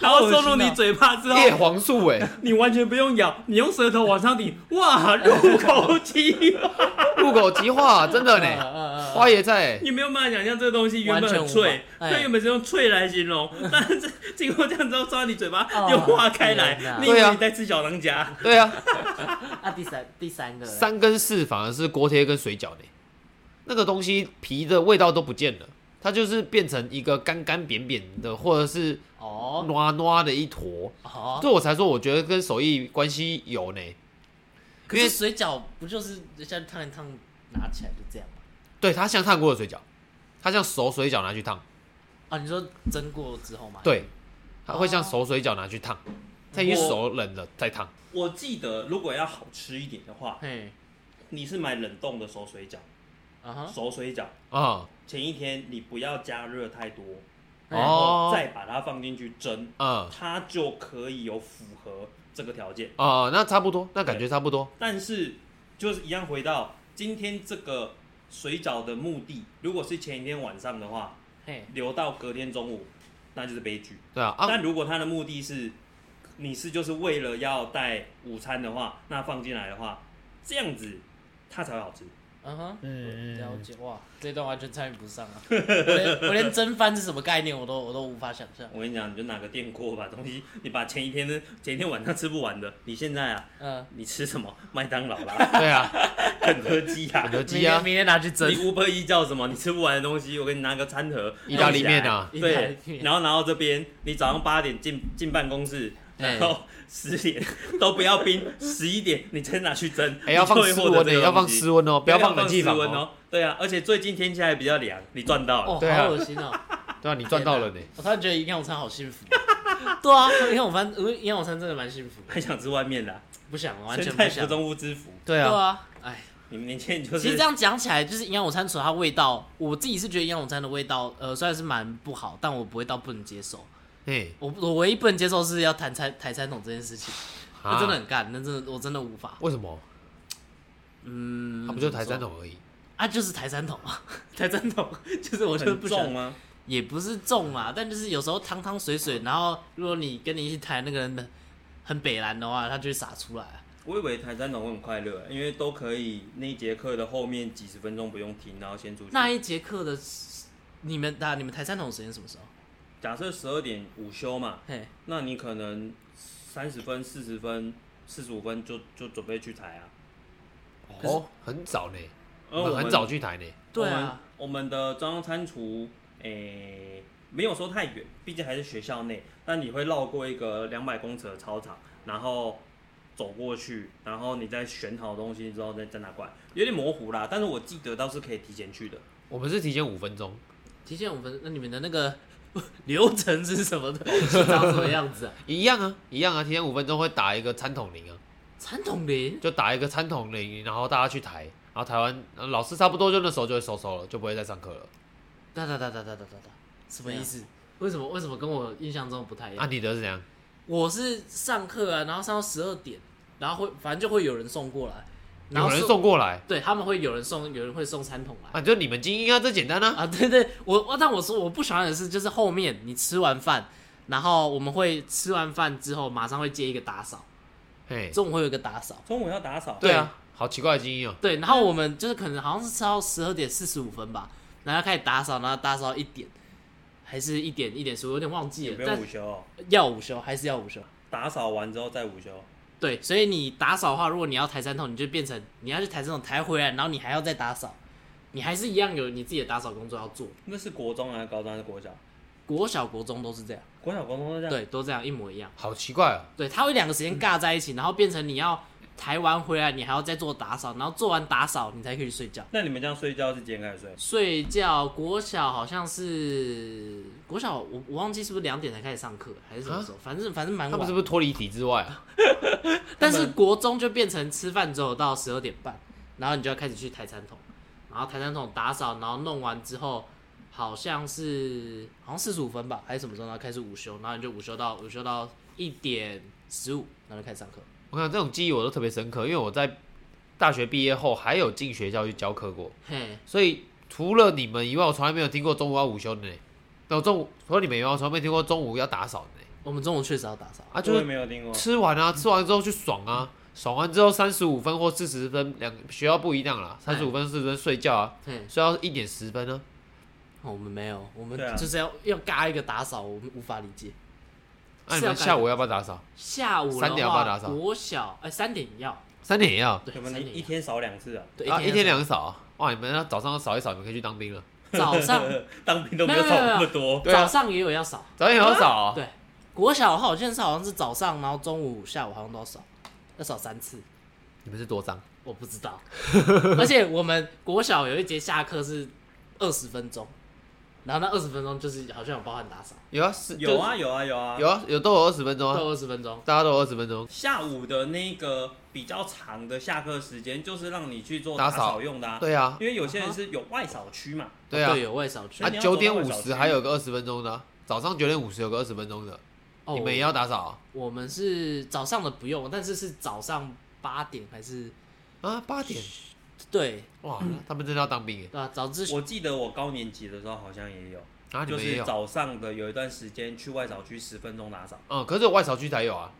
[SPEAKER 3] 然后送入你嘴巴之后，
[SPEAKER 4] 叶黄素哎，
[SPEAKER 3] 你完全不用咬，你用舌头往上顶，哇，入口即化，
[SPEAKER 4] 入口即化，真的
[SPEAKER 2] 嗯
[SPEAKER 4] 呢。
[SPEAKER 2] 嗯嗯
[SPEAKER 4] 花椰菜欸，
[SPEAKER 3] 你没有办法想象这个东西原本很
[SPEAKER 2] 完
[SPEAKER 3] 脆
[SPEAKER 2] 全，无法哎
[SPEAKER 3] 它原本是用脆来形 容，但是经过这样之后，抓你嘴巴
[SPEAKER 2] 哦
[SPEAKER 3] 又化开来
[SPEAKER 2] 天哪，
[SPEAKER 3] 你以为
[SPEAKER 4] 对啊
[SPEAKER 3] 你在吃小当家？
[SPEAKER 4] 对啊，
[SPEAKER 2] 啊，第三第三个嘞，
[SPEAKER 4] 三跟四反而是锅贴跟水饺呢，那个东西皮的味道都不见了，它就是变成一个干干扁扁的，或者是
[SPEAKER 2] 哦
[SPEAKER 4] 糯糯的一坨。
[SPEAKER 2] 哦，
[SPEAKER 4] 这我才说，我觉得跟手艺关系有呢。
[SPEAKER 2] 可
[SPEAKER 4] 因
[SPEAKER 2] 是
[SPEAKER 4] 为
[SPEAKER 2] 水饺不就是像烫一烫拿起来就这样吗？
[SPEAKER 4] 对，它像烫过的水饺，它像熟水饺拿去烫，
[SPEAKER 2] 啊，你说蒸过之后吗？，
[SPEAKER 4] 对，它会像熟水饺拿去烫，它已经熟冷了再烫。
[SPEAKER 3] 我记得如果要好吃一点的话，
[SPEAKER 2] 嘿，
[SPEAKER 3] 你是买冷冻的熟水饺，
[SPEAKER 2] 啊哈，
[SPEAKER 3] 熟水饺
[SPEAKER 4] 啊、
[SPEAKER 3] 前一天你不要加热太多，
[SPEAKER 2] 嘿
[SPEAKER 3] 然后
[SPEAKER 4] 哦
[SPEAKER 3] 再把它放进去蒸，
[SPEAKER 4] 嗯
[SPEAKER 3] 它就可以有符合这个条件。
[SPEAKER 4] 哦、那差不多，那感觉差不多。
[SPEAKER 3] 但是就是一样回到今天这个水饺的目的，如果是前一天晚上的话，
[SPEAKER 2] 嘿，
[SPEAKER 3] 留到隔天中午，那就是悲剧。
[SPEAKER 4] 对啊，啊，
[SPEAKER 3] 但如果它的目的是你是就是为了要带午餐的话，那放进来的话，这样子它才会好吃。
[SPEAKER 2] 嗯哼。了
[SPEAKER 4] 嗯，
[SPEAKER 2] 解哇，这段完全参与不上 啊！我连我连蒸饭是什么概念我都我都无法想象。
[SPEAKER 3] 我跟你讲，你就拿个电锅把东西，你把前一天的前一天晚上吃不完的，你现在啊，
[SPEAKER 2] 嗯，
[SPEAKER 3] 你吃什么？麦当劳啦，
[SPEAKER 4] 对啊，
[SPEAKER 3] 肯德基啊
[SPEAKER 4] 肯，德
[SPEAKER 2] 明
[SPEAKER 4] 基
[SPEAKER 2] 天
[SPEAKER 4] 啊，
[SPEAKER 2] 明天拿去蒸
[SPEAKER 3] 你。乌 b 一叫什么？你吃不完的东西，我给你拿个餐盒，
[SPEAKER 4] 意大利面啊
[SPEAKER 3] 弄
[SPEAKER 2] 意
[SPEAKER 3] 起
[SPEAKER 2] 大
[SPEAKER 3] 来
[SPEAKER 2] 利
[SPEAKER 3] 对，
[SPEAKER 2] 面
[SPEAKER 3] 然后拿到这边，你早上八点进进办公室。
[SPEAKER 2] 哎
[SPEAKER 3] 然后十点 都不要冰，十一点你真拿去蒸，
[SPEAKER 4] 哎、要放
[SPEAKER 3] 你就会
[SPEAKER 4] 室
[SPEAKER 3] 获得
[SPEAKER 4] 温
[SPEAKER 3] 这
[SPEAKER 4] 的，
[SPEAKER 3] 个
[SPEAKER 4] 要放
[SPEAKER 3] 东西
[SPEAKER 4] 室温哦，不要放冷气
[SPEAKER 3] 室
[SPEAKER 4] 房
[SPEAKER 3] 温哦。对啊，而且最近天气还比较凉，你赚到了。
[SPEAKER 2] 哦，
[SPEAKER 4] 对啊
[SPEAKER 2] 好恶心哦！
[SPEAKER 4] 对啊，你 赚到了呢。
[SPEAKER 2] 我突然觉得营养午餐好幸福。 对啊，营养午餐，我营养午餐真的蛮幸福的。
[SPEAKER 3] 还想吃外面的啊，
[SPEAKER 2] 不想，完全
[SPEAKER 3] 身
[SPEAKER 2] 不
[SPEAKER 3] 在
[SPEAKER 2] 想
[SPEAKER 3] 福。中不知福。
[SPEAKER 4] 对
[SPEAKER 2] 对
[SPEAKER 4] 啊，
[SPEAKER 2] 啊，哎，
[SPEAKER 3] 你们年轻人就
[SPEAKER 2] 其实
[SPEAKER 3] 是
[SPEAKER 2] 这样讲起来，就是营养午餐除了它味道，我自己是觉得营养午餐的味道，呃，虽然是蛮不好，但我不会到不能接受。
[SPEAKER 4] 哎，
[SPEAKER 2] 我我唯一不能接受是要谈餐抬餐桶这件事情，那
[SPEAKER 4] 啊
[SPEAKER 2] 真的很干，那真的我真的无法。
[SPEAKER 4] 为什么？
[SPEAKER 2] 嗯，
[SPEAKER 4] 他不就台
[SPEAKER 2] 怎么
[SPEAKER 4] 三
[SPEAKER 2] 说
[SPEAKER 4] 桶而已？
[SPEAKER 2] 啊，就是抬三桶啊，抬三桶，就是我就是
[SPEAKER 3] 很
[SPEAKER 2] 不喜欢
[SPEAKER 3] 重，吗？
[SPEAKER 2] 也不是重嘛，但就是有时候汤汤水水，然后如果你跟你一起抬那个人的很北蓝的话，他就会洒出来啊。
[SPEAKER 3] 我以为台山农会很快乐，因为都可以那一节课的后面几十分钟不用停，然后先出去。
[SPEAKER 2] 那一节课的你们啊，你们抬三桶的时间什么时候？
[SPEAKER 3] 假设十二点午休嘛，
[SPEAKER 2] 嘿，
[SPEAKER 3] 那你可能三十分、四十分、四十五分就就准备去台啊。
[SPEAKER 4] 哦，很早呢，
[SPEAKER 3] 而
[SPEAKER 4] 我
[SPEAKER 3] 哦我
[SPEAKER 4] 们
[SPEAKER 3] 们
[SPEAKER 4] 哦很早去台呢。
[SPEAKER 2] 对啊，
[SPEAKER 3] 我们，我们的中央餐厨，诶、没有说太远，毕竟还是学校内。但你会绕过一个两百公尺的操场，然后走过去，然后你再选好东西之后再再拿过来，有点模糊啦。但是我记得倒是可以提前去的。
[SPEAKER 4] 我们是提前五分钟，
[SPEAKER 2] 提前五分，那你们的那个 流程是什么的？是长什么样子啊？
[SPEAKER 4] 一样啊，一样啊，提前五分钟会打一个餐桶铃啊，
[SPEAKER 2] 餐桶铃，
[SPEAKER 4] 就打一个餐桶铃，然后大家去台，然后台湾呃老师差不多就那时候就会收收了，就不会再上课了。
[SPEAKER 2] 哒哒哒哒哒哒哒哒，什么意思？啊为什么为什么跟我印象中不太一样
[SPEAKER 4] 啊，？你的是怎样？
[SPEAKER 2] 我是上课啊，然后上到十二点，然后会反正就会有人送过来，然
[SPEAKER 4] 有
[SPEAKER 2] 后
[SPEAKER 4] 人送过来
[SPEAKER 2] 对他们会有人送，有人会送餐桶来
[SPEAKER 4] 啊，就你们精英啊，这简单啊。
[SPEAKER 2] 啊，对对，我我但我说我不喜欢的是，就是后面你吃完饭，然后我们会吃完饭之后马上会接一个打扫，
[SPEAKER 4] 嘿，
[SPEAKER 2] 中午会有一个打扫，
[SPEAKER 3] 中午要打扫，
[SPEAKER 4] 对啊，好奇怪的精英哦。
[SPEAKER 2] 对，然后我们就是可能好像是吃到十二点四十五分吧，然后开始打扫，然后打扫一点，还是一点一点说，有点忘记
[SPEAKER 3] 也
[SPEAKER 2] 了
[SPEAKER 3] 不，用午
[SPEAKER 2] 但
[SPEAKER 3] 休哦、
[SPEAKER 2] 要午休还是要午休。
[SPEAKER 3] 打扫完之后再午休。
[SPEAKER 2] 对，所以你打扫的话，如果你要抬三桶，你就变成你要去抬三桶抬回来，然后你还要再打扫，你还是一样有你自己的打扫工作要做。
[SPEAKER 3] 那是国中还是高中还是国小？
[SPEAKER 2] 国小、国中都是这样，
[SPEAKER 3] 国小、国中都这样。
[SPEAKER 2] 对，都这样一模一样。
[SPEAKER 4] 好奇怪啊！
[SPEAKER 2] 对，它会两个时间尬在一起，然后变成你要抬完回来，你还要再做打扫，然后做完打扫你才可以睡觉。
[SPEAKER 3] 那你们这样睡觉是几点开始睡？
[SPEAKER 2] 睡觉，国小好像是国小，我我忘记是不是两点才开始上课，还是什么时候？反正反正蛮
[SPEAKER 4] 他们
[SPEAKER 2] 晚
[SPEAKER 4] 是。不是脱离体制外啊？
[SPEAKER 2] 但是国中就变成吃饭之后到十二点半，然后你就要开始去抬餐桶，然后抬餐桶打扫，然后弄完之后，好像是好像四十五分吧，还是什么时候，然后开始午休，然后你就午休到午休到一点十五，然后就开始上课。
[SPEAKER 4] 我看这种记忆我都特别深刻，因为我在大学毕业后还有进学校去教课过，
[SPEAKER 2] 嘿，
[SPEAKER 4] 所以除了你们以外，我从来没有听过中午要午休的呢。那我中午除了你们以外，我从来没听过中午要打扫的呢。
[SPEAKER 2] 我们中午确实要打扫，
[SPEAKER 4] 啊，就
[SPEAKER 3] 我也
[SPEAKER 4] 是
[SPEAKER 3] 没有听过。
[SPEAKER 4] 吃完啊，吃完之后去爽啊，爽完之后三十五分或四十分，两学校不一样啦，三十五分四十分睡觉啊，
[SPEAKER 2] 嘿，
[SPEAKER 4] 睡到一点十分啊呢、
[SPEAKER 2] 哦我们没有，我们
[SPEAKER 3] 对啊
[SPEAKER 2] 就是要、要嘎一个打扫，我们无法理解。
[SPEAKER 4] 啊。那、
[SPEAKER 2] 是
[SPEAKER 4] 你
[SPEAKER 2] 要
[SPEAKER 4] 们
[SPEAKER 2] 改
[SPEAKER 4] 下午要不要打扫？
[SPEAKER 2] 下午的话
[SPEAKER 4] 三点要不要打扫
[SPEAKER 2] 国小哎，三、点要，
[SPEAKER 4] 三点也要
[SPEAKER 2] 对，
[SPEAKER 3] 可
[SPEAKER 2] 三
[SPEAKER 3] 能你
[SPEAKER 2] 点
[SPEAKER 3] 一
[SPEAKER 2] 要
[SPEAKER 3] 天扫两次啊？
[SPEAKER 2] 对
[SPEAKER 4] 啊，一天
[SPEAKER 2] 要
[SPEAKER 4] 两扫啊。哇，你们要早上扫一扫，你们可以去当兵了。
[SPEAKER 2] 早上
[SPEAKER 3] 当兵都没有扫那么多，
[SPEAKER 4] 对啊
[SPEAKER 2] 早上也有要扫。
[SPEAKER 4] 早上也要扫、啊，
[SPEAKER 2] 对，国小的话，我记得是好像是早上，然后中午、下午好像都要扫，要扫三次，
[SPEAKER 4] 你们是多脏？
[SPEAKER 2] 我不知道。 而且我们国小有一节下课是二十分钟，然后那二十分钟就是好像有包含打扫，
[SPEAKER 4] 有啊，是
[SPEAKER 3] 有，啊有啊有啊
[SPEAKER 4] 就。有啊，有都有二十分钟
[SPEAKER 2] 都
[SPEAKER 4] 啊，
[SPEAKER 2] 二十分钟。
[SPEAKER 4] 大家都有二十分钟。
[SPEAKER 3] 下午的那个比较长的下课时间，就是让你去做打
[SPEAKER 4] 打扫
[SPEAKER 3] 扫用的啊。
[SPEAKER 4] 对啊，
[SPEAKER 3] 因为有些人是有外扫区嘛，
[SPEAKER 4] 对啊，
[SPEAKER 2] 哦有外扫区
[SPEAKER 3] 那
[SPEAKER 4] 啊，
[SPEAKER 3] 你要
[SPEAKER 4] 九
[SPEAKER 3] 走
[SPEAKER 4] 点
[SPEAKER 3] 到
[SPEAKER 4] 五
[SPEAKER 3] 小
[SPEAKER 4] 十
[SPEAKER 3] 区
[SPEAKER 4] 还有个二十分钟的啊，早上九点五十有个二十分钟的，
[SPEAKER 2] 哦
[SPEAKER 4] 你们也要打扫啊？
[SPEAKER 2] 我们是早上的不用，但是是早上八点还是
[SPEAKER 4] 啊，八点，
[SPEAKER 2] 对
[SPEAKER 4] 哇，他们真的要当兵耶
[SPEAKER 2] 对吧、早自习
[SPEAKER 3] 我记得我高年级的时候好像也有，
[SPEAKER 4] 啊，你
[SPEAKER 3] 就
[SPEAKER 4] 们也
[SPEAKER 3] 是
[SPEAKER 4] 有？
[SPEAKER 3] 早上的有一段时间去外扫区十分钟打扫。
[SPEAKER 4] 嗯，可是有外扫区才有啊，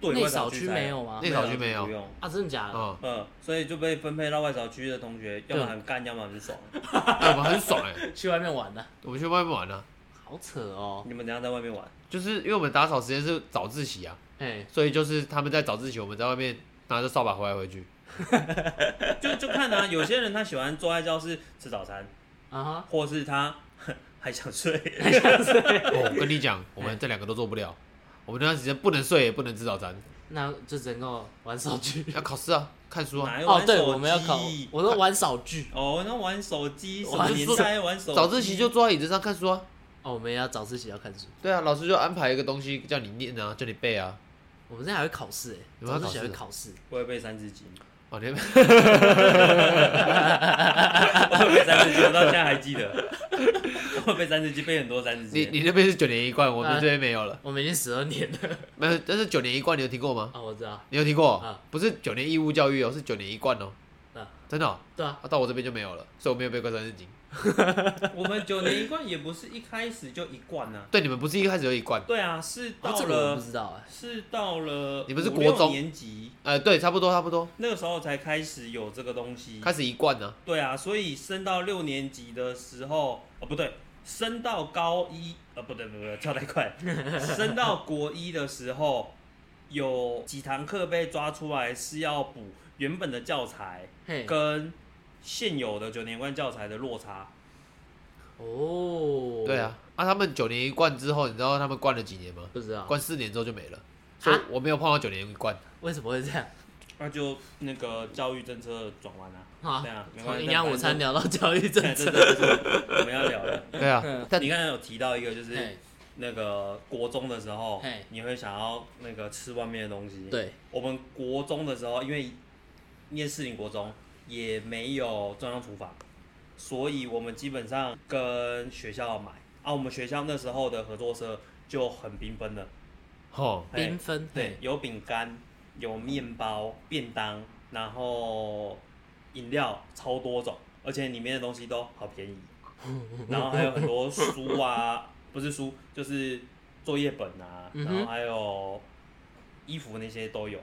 [SPEAKER 3] 对，
[SPEAKER 2] 内
[SPEAKER 3] 外
[SPEAKER 2] 扫
[SPEAKER 3] 区
[SPEAKER 2] 区
[SPEAKER 3] 才
[SPEAKER 2] 没有吗
[SPEAKER 4] 内？扫区没有
[SPEAKER 3] 不用。
[SPEAKER 2] 啊，真的假的？
[SPEAKER 4] 嗯，
[SPEAKER 3] 嗯，所以就被分配到外扫区的同学，要
[SPEAKER 2] 对
[SPEAKER 3] 么很干，要么很爽。
[SPEAKER 4] 哎我们很爽哎，
[SPEAKER 2] 去外面玩的，
[SPEAKER 4] 我们去外面玩啊，
[SPEAKER 2] 好扯哦。
[SPEAKER 3] 你们怎样在外面玩？
[SPEAKER 4] 就是因为我们打扫时间是早自习啊，
[SPEAKER 2] 哎，
[SPEAKER 4] 所以就是他们在早自习，我们在外面拿着扫把回来回去。
[SPEAKER 3] 就就看啊，有些人他喜欢坐在教室吃早餐，
[SPEAKER 2] 啊哈，
[SPEAKER 3] 或是他还想 睡。
[SPEAKER 4] 哦，我跟你讲，我们这两个都做不了，我们那段时间不能睡，也不能吃早餐，
[SPEAKER 2] 那就只能够玩扫剧。
[SPEAKER 4] 要考试啊，看书啊。
[SPEAKER 3] 哪有
[SPEAKER 2] 哦
[SPEAKER 3] 哎玩，
[SPEAKER 2] 对，
[SPEAKER 3] 手
[SPEAKER 2] 我们要考
[SPEAKER 3] 机，
[SPEAKER 2] 我说玩扫剧。
[SPEAKER 3] 哦，那玩手机什么
[SPEAKER 2] 玩
[SPEAKER 3] 年
[SPEAKER 2] 手
[SPEAKER 3] 代玩手机？
[SPEAKER 4] 早自习就坐在椅子上看书啊。
[SPEAKER 2] 哦，我们也要早自习要看书，
[SPEAKER 4] 对啊，老师就安排一个东西叫你念啊，叫你背啊。
[SPEAKER 2] 我们现在还会考试哎，
[SPEAKER 4] 你们还
[SPEAKER 2] 早
[SPEAKER 4] 考
[SPEAKER 2] 自习
[SPEAKER 4] 试啊
[SPEAKER 2] 还会考试，
[SPEAKER 3] 我也背三字经，
[SPEAKER 4] 哦，你
[SPEAKER 3] 我也背三字经，我到现在还记得。我背三字经，背很多三字
[SPEAKER 4] 你
[SPEAKER 3] 经。
[SPEAKER 4] 你那边是九年一贯，我们
[SPEAKER 2] 啊
[SPEAKER 4] 这边没有了。
[SPEAKER 2] 我们已经十二年了
[SPEAKER 4] 没有，但是九年一贯你有听过吗？
[SPEAKER 2] 啊，我知道，
[SPEAKER 4] 你有听过？
[SPEAKER 2] 啊
[SPEAKER 4] 不是九年义务教育哦，是九年一贯哦。
[SPEAKER 2] 啊
[SPEAKER 4] 真的、哦，
[SPEAKER 2] 对啊，
[SPEAKER 4] 啊，到我这边就没有了，所以我没有背过三字经。
[SPEAKER 3] 我们九年一贯也不是一开始就一贯啊。
[SPEAKER 4] 对，你们不是一开始就一贯？
[SPEAKER 3] 对啊，是
[SPEAKER 2] 哦
[SPEAKER 3] 到
[SPEAKER 2] 这个我
[SPEAKER 3] 了
[SPEAKER 2] 不知道哎，
[SPEAKER 3] 是到了
[SPEAKER 4] 你们是
[SPEAKER 3] 五
[SPEAKER 4] 国
[SPEAKER 3] 六
[SPEAKER 4] 中
[SPEAKER 3] 年级
[SPEAKER 4] 呃，对，差不多，差不多，
[SPEAKER 3] 那个时候才开始有这个东西。
[SPEAKER 4] 开始一贯呢、
[SPEAKER 3] 对啊，所以升到六年级的时候，哦不对，升到高一，呃不对不对不对，跳太 快，升到国一的时候，有几堂课被抓出来是要补原本的教材
[SPEAKER 2] 嘿，
[SPEAKER 3] 跟现有的九年关教材的落差。
[SPEAKER 2] 哦，
[SPEAKER 4] 对啊，，啊，他们九年一贯之后，你知道他们贯了几年吗？
[SPEAKER 2] 不知道
[SPEAKER 4] 贯四年之后就没了，所以我没有碰到九年一贯。
[SPEAKER 2] 为什么会这样
[SPEAKER 3] 那就那个教育政策转弯啊，
[SPEAKER 2] 啊
[SPEAKER 3] 对啊，没关
[SPEAKER 2] 从
[SPEAKER 3] 系
[SPEAKER 2] 营养午餐，聊到教育政
[SPEAKER 3] 但反正哎
[SPEAKER 2] 策，
[SPEAKER 3] 对对对对对我们要聊了。
[SPEAKER 4] 对 啊，
[SPEAKER 2] 嗯
[SPEAKER 4] 但
[SPEAKER 3] 你刚才有提到一个，就是
[SPEAKER 2] 嘿，
[SPEAKER 3] 那个国中的时候
[SPEAKER 2] 嘿，
[SPEAKER 3] 你会想要那个吃外面的东西。
[SPEAKER 2] 对，
[SPEAKER 3] 我们国中的时候，因为念士林国中也没有中央厨房，所以我们基本上跟学校买啊。我们学校那时候的合作社就很缤纷了，
[SPEAKER 4] 吼，
[SPEAKER 3] 嘿
[SPEAKER 2] 缤纷，
[SPEAKER 3] 对，有饼干，有面包、便当，然后饮料超多种，而且里面的东西都好 便宜，然后还有很多书啊，不是书就是作业本啊，
[SPEAKER 2] 嗯
[SPEAKER 3] 然
[SPEAKER 2] 哼
[SPEAKER 3] 后还有衣服那些都有。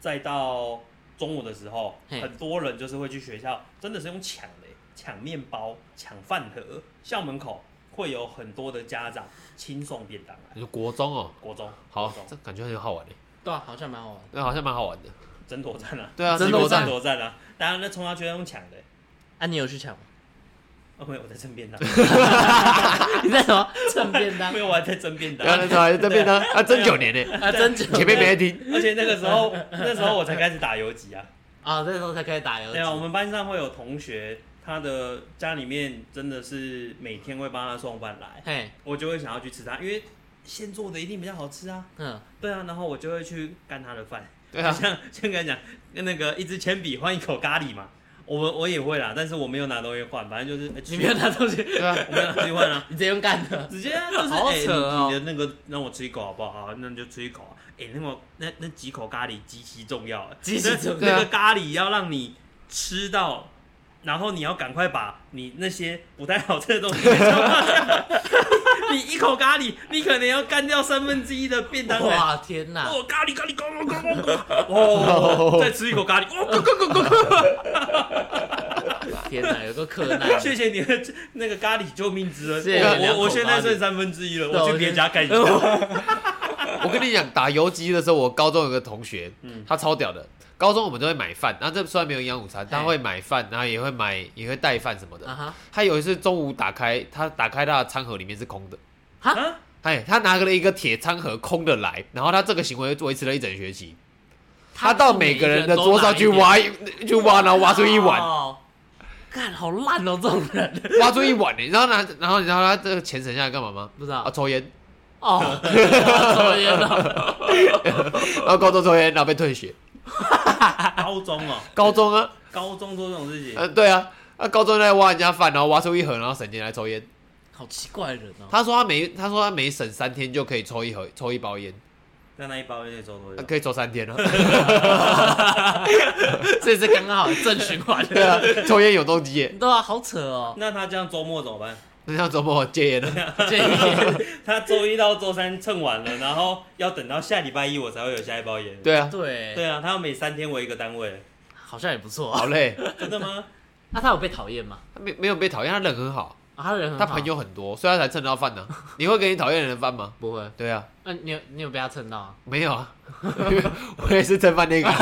[SPEAKER 3] 再到中午的时候，
[SPEAKER 2] 嘿
[SPEAKER 3] 很多人就是会去学校，真的是用抢的欸，抢面包、抢饭盒，校门口会有很多的家长亲送便当来。
[SPEAKER 4] 你说国中哦，
[SPEAKER 3] 国中
[SPEAKER 4] 好
[SPEAKER 3] 国，中
[SPEAKER 4] 这感觉很好玩诶，欸
[SPEAKER 2] 对啊，好像蛮好玩的。
[SPEAKER 4] 那好像蛮好玩的。
[SPEAKER 3] 争夺战啊，
[SPEAKER 4] 对啊，
[SPEAKER 2] 真的
[SPEAKER 4] 争夺
[SPEAKER 2] 我
[SPEAKER 4] 战
[SPEAKER 2] 在
[SPEAKER 3] 夺战啊！当然，那冲下去要用抢的、欸。
[SPEAKER 2] 啊，你有去抢吗？
[SPEAKER 3] 哦，没有，我在争便当。
[SPEAKER 2] 啊你在什么蹭便 当
[SPEAKER 3] 没有，我还在争便
[SPEAKER 4] 不要
[SPEAKER 3] 当。
[SPEAKER 4] 那时候还是争 便当，啊，争九年呢，
[SPEAKER 2] 啊？真久
[SPEAKER 4] 前面没人听。
[SPEAKER 3] 而且那个时候，那时候我才开始打游击啊。
[SPEAKER 2] 啊，那时候才开始打游戏
[SPEAKER 3] 对啊，我们班上会有同学，他的家里面真的是每天会帮他送饭来，
[SPEAKER 2] 嘿，
[SPEAKER 3] 我就会想要去吃他，因为现做的一定比较好吃啊。
[SPEAKER 2] 嗯，
[SPEAKER 3] 对啊，然后我就会去干他的饭，
[SPEAKER 4] 对啊
[SPEAKER 3] 就，像像刚才讲那个一支铅笔换一口咖喱嘛，我们我也会啦，但是我没有拿东西换，反正就是、哎
[SPEAKER 2] 你没有拿东西，，
[SPEAKER 4] 对啊，
[SPEAKER 3] 我没有拿东西换啊
[SPEAKER 2] 你直接用干的。
[SPEAKER 3] 直接啊就是
[SPEAKER 2] 好
[SPEAKER 3] 哎
[SPEAKER 2] 扯哦
[SPEAKER 3] 你你的那个让我吃一口好不好？好，那你就吃一口啊。哎、那么那那几口咖喱极其重要，
[SPEAKER 2] 极其重要
[SPEAKER 3] 那
[SPEAKER 4] 对啊
[SPEAKER 3] 那个咖喱要让你吃到，然后你要赶快把你那些不太好吃的东西消化掉。 你一口咖喱，你可能要干掉三分之一的便当、欸。
[SPEAKER 2] 哇，天哪！
[SPEAKER 3] 哦，咖喱咖喱，咕咕咕咕咕，哦，再吃一口咖喱，哦，咕咕
[SPEAKER 2] 天哪，有个柯 南。
[SPEAKER 3] 谢谢你的那个咖喱救命之恩。
[SPEAKER 2] 谢谢两
[SPEAKER 3] 我
[SPEAKER 2] 口
[SPEAKER 3] 我我现在
[SPEAKER 2] 咖喱
[SPEAKER 3] 剩三分之一了，
[SPEAKER 2] 对
[SPEAKER 3] 我
[SPEAKER 2] 我
[SPEAKER 3] 去别
[SPEAKER 2] 先
[SPEAKER 3] 家干一 下。
[SPEAKER 4] 我跟你讲，打游击的时候，我高中有个同学，
[SPEAKER 3] 嗯
[SPEAKER 4] 他超屌的。高中我们都会买饭，然后这虽然没有营养午餐，他会买饭，然后也会买，也会带饭什么的。
[SPEAKER 2] 啊哈，
[SPEAKER 4] 他有一次中午打开，他打开他的餐盒里面是空的，
[SPEAKER 3] 啊，
[SPEAKER 4] 哎，他拿了一个铁餐盒空的来，然后他这个行为维持了一整学期。他到每个人的桌上去挖一，去挖，然后挖出一碗，
[SPEAKER 2] 哦。干，好烂哦，这种人。
[SPEAKER 4] 挖出一碗呢。然后拿，然后你知道他这个钱省下来干嘛吗？
[SPEAKER 2] 不知道
[SPEAKER 4] 啊，抽烟，
[SPEAKER 2] 哦，抽烟了。
[SPEAKER 4] 然后高中抽烟，然后被退学。
[SPEAKER 3] 高中哦，
[SPEAKER 4] 高中啊，
[SPEAKER 3] 高中做这种事情，
[SPEAKER 4] 呃，对啊，那高中在挖人家饭，然后挖出一盒，然后省钱来抽烟。
[SPEAKER 2] 好奇怪的人哦。
[SPEAKER 4] 他说他每他说他每省三天就可以抽一盒，抽一包烟，
[SPEAKER 3] 那那一包烟抽多
[SPEAKER 4] 呃
[SPEAKER 3] 久？
[SPEAKER 4] 可以抽三天啊。
[SPEAKER 2] 这是刚刚好正循环。
[SPEAKER 4] 对啊，抽烟有动机耶。
[SPEAKER 2] 对啊，好扯哦。
[SPEAKER 3] 那他这样周末怎么办？
[SPEAKER 4] 那像周末戒烟了，
[SPEAKER 2] 这一点
[SPEAKER 3] 他周一到周三蹭完了，然后要等到下礼拜一我才会有下一包烟。
[SPEAKER 4] 对啊，
[SPEAKER 2] 对，
[SPEAKER 3] 对啊，他要每三天为一个单位，
[SPEAKER 2] 好像也不错
[SPEAKER 4] 好
[SPEAKER 2] 哦。
[SPEAKER 4] 累。
[SPEAKER 3] 真的吗？
[SPEAKER 2] 那他有被讨厌吗？
[SPEAKER 4] 他没没有被讨厌，他人很好，
[SPEAKER 2] 啊他人很
[SPEAKER 4] 他
[SPEAKER 2] 好
[SPEAKER 4] 朋友很多，所以他才蹭得到饭呢、你会给你讨厌的人饭吗？
[SPEAKER 2] 不会。
[SPEAKER 4] 对啊，
[SPEAKER 2] 那你有你有被他蹭到啊？
[SPEAKER 4] 没有啊， 我也是蹭饭那个。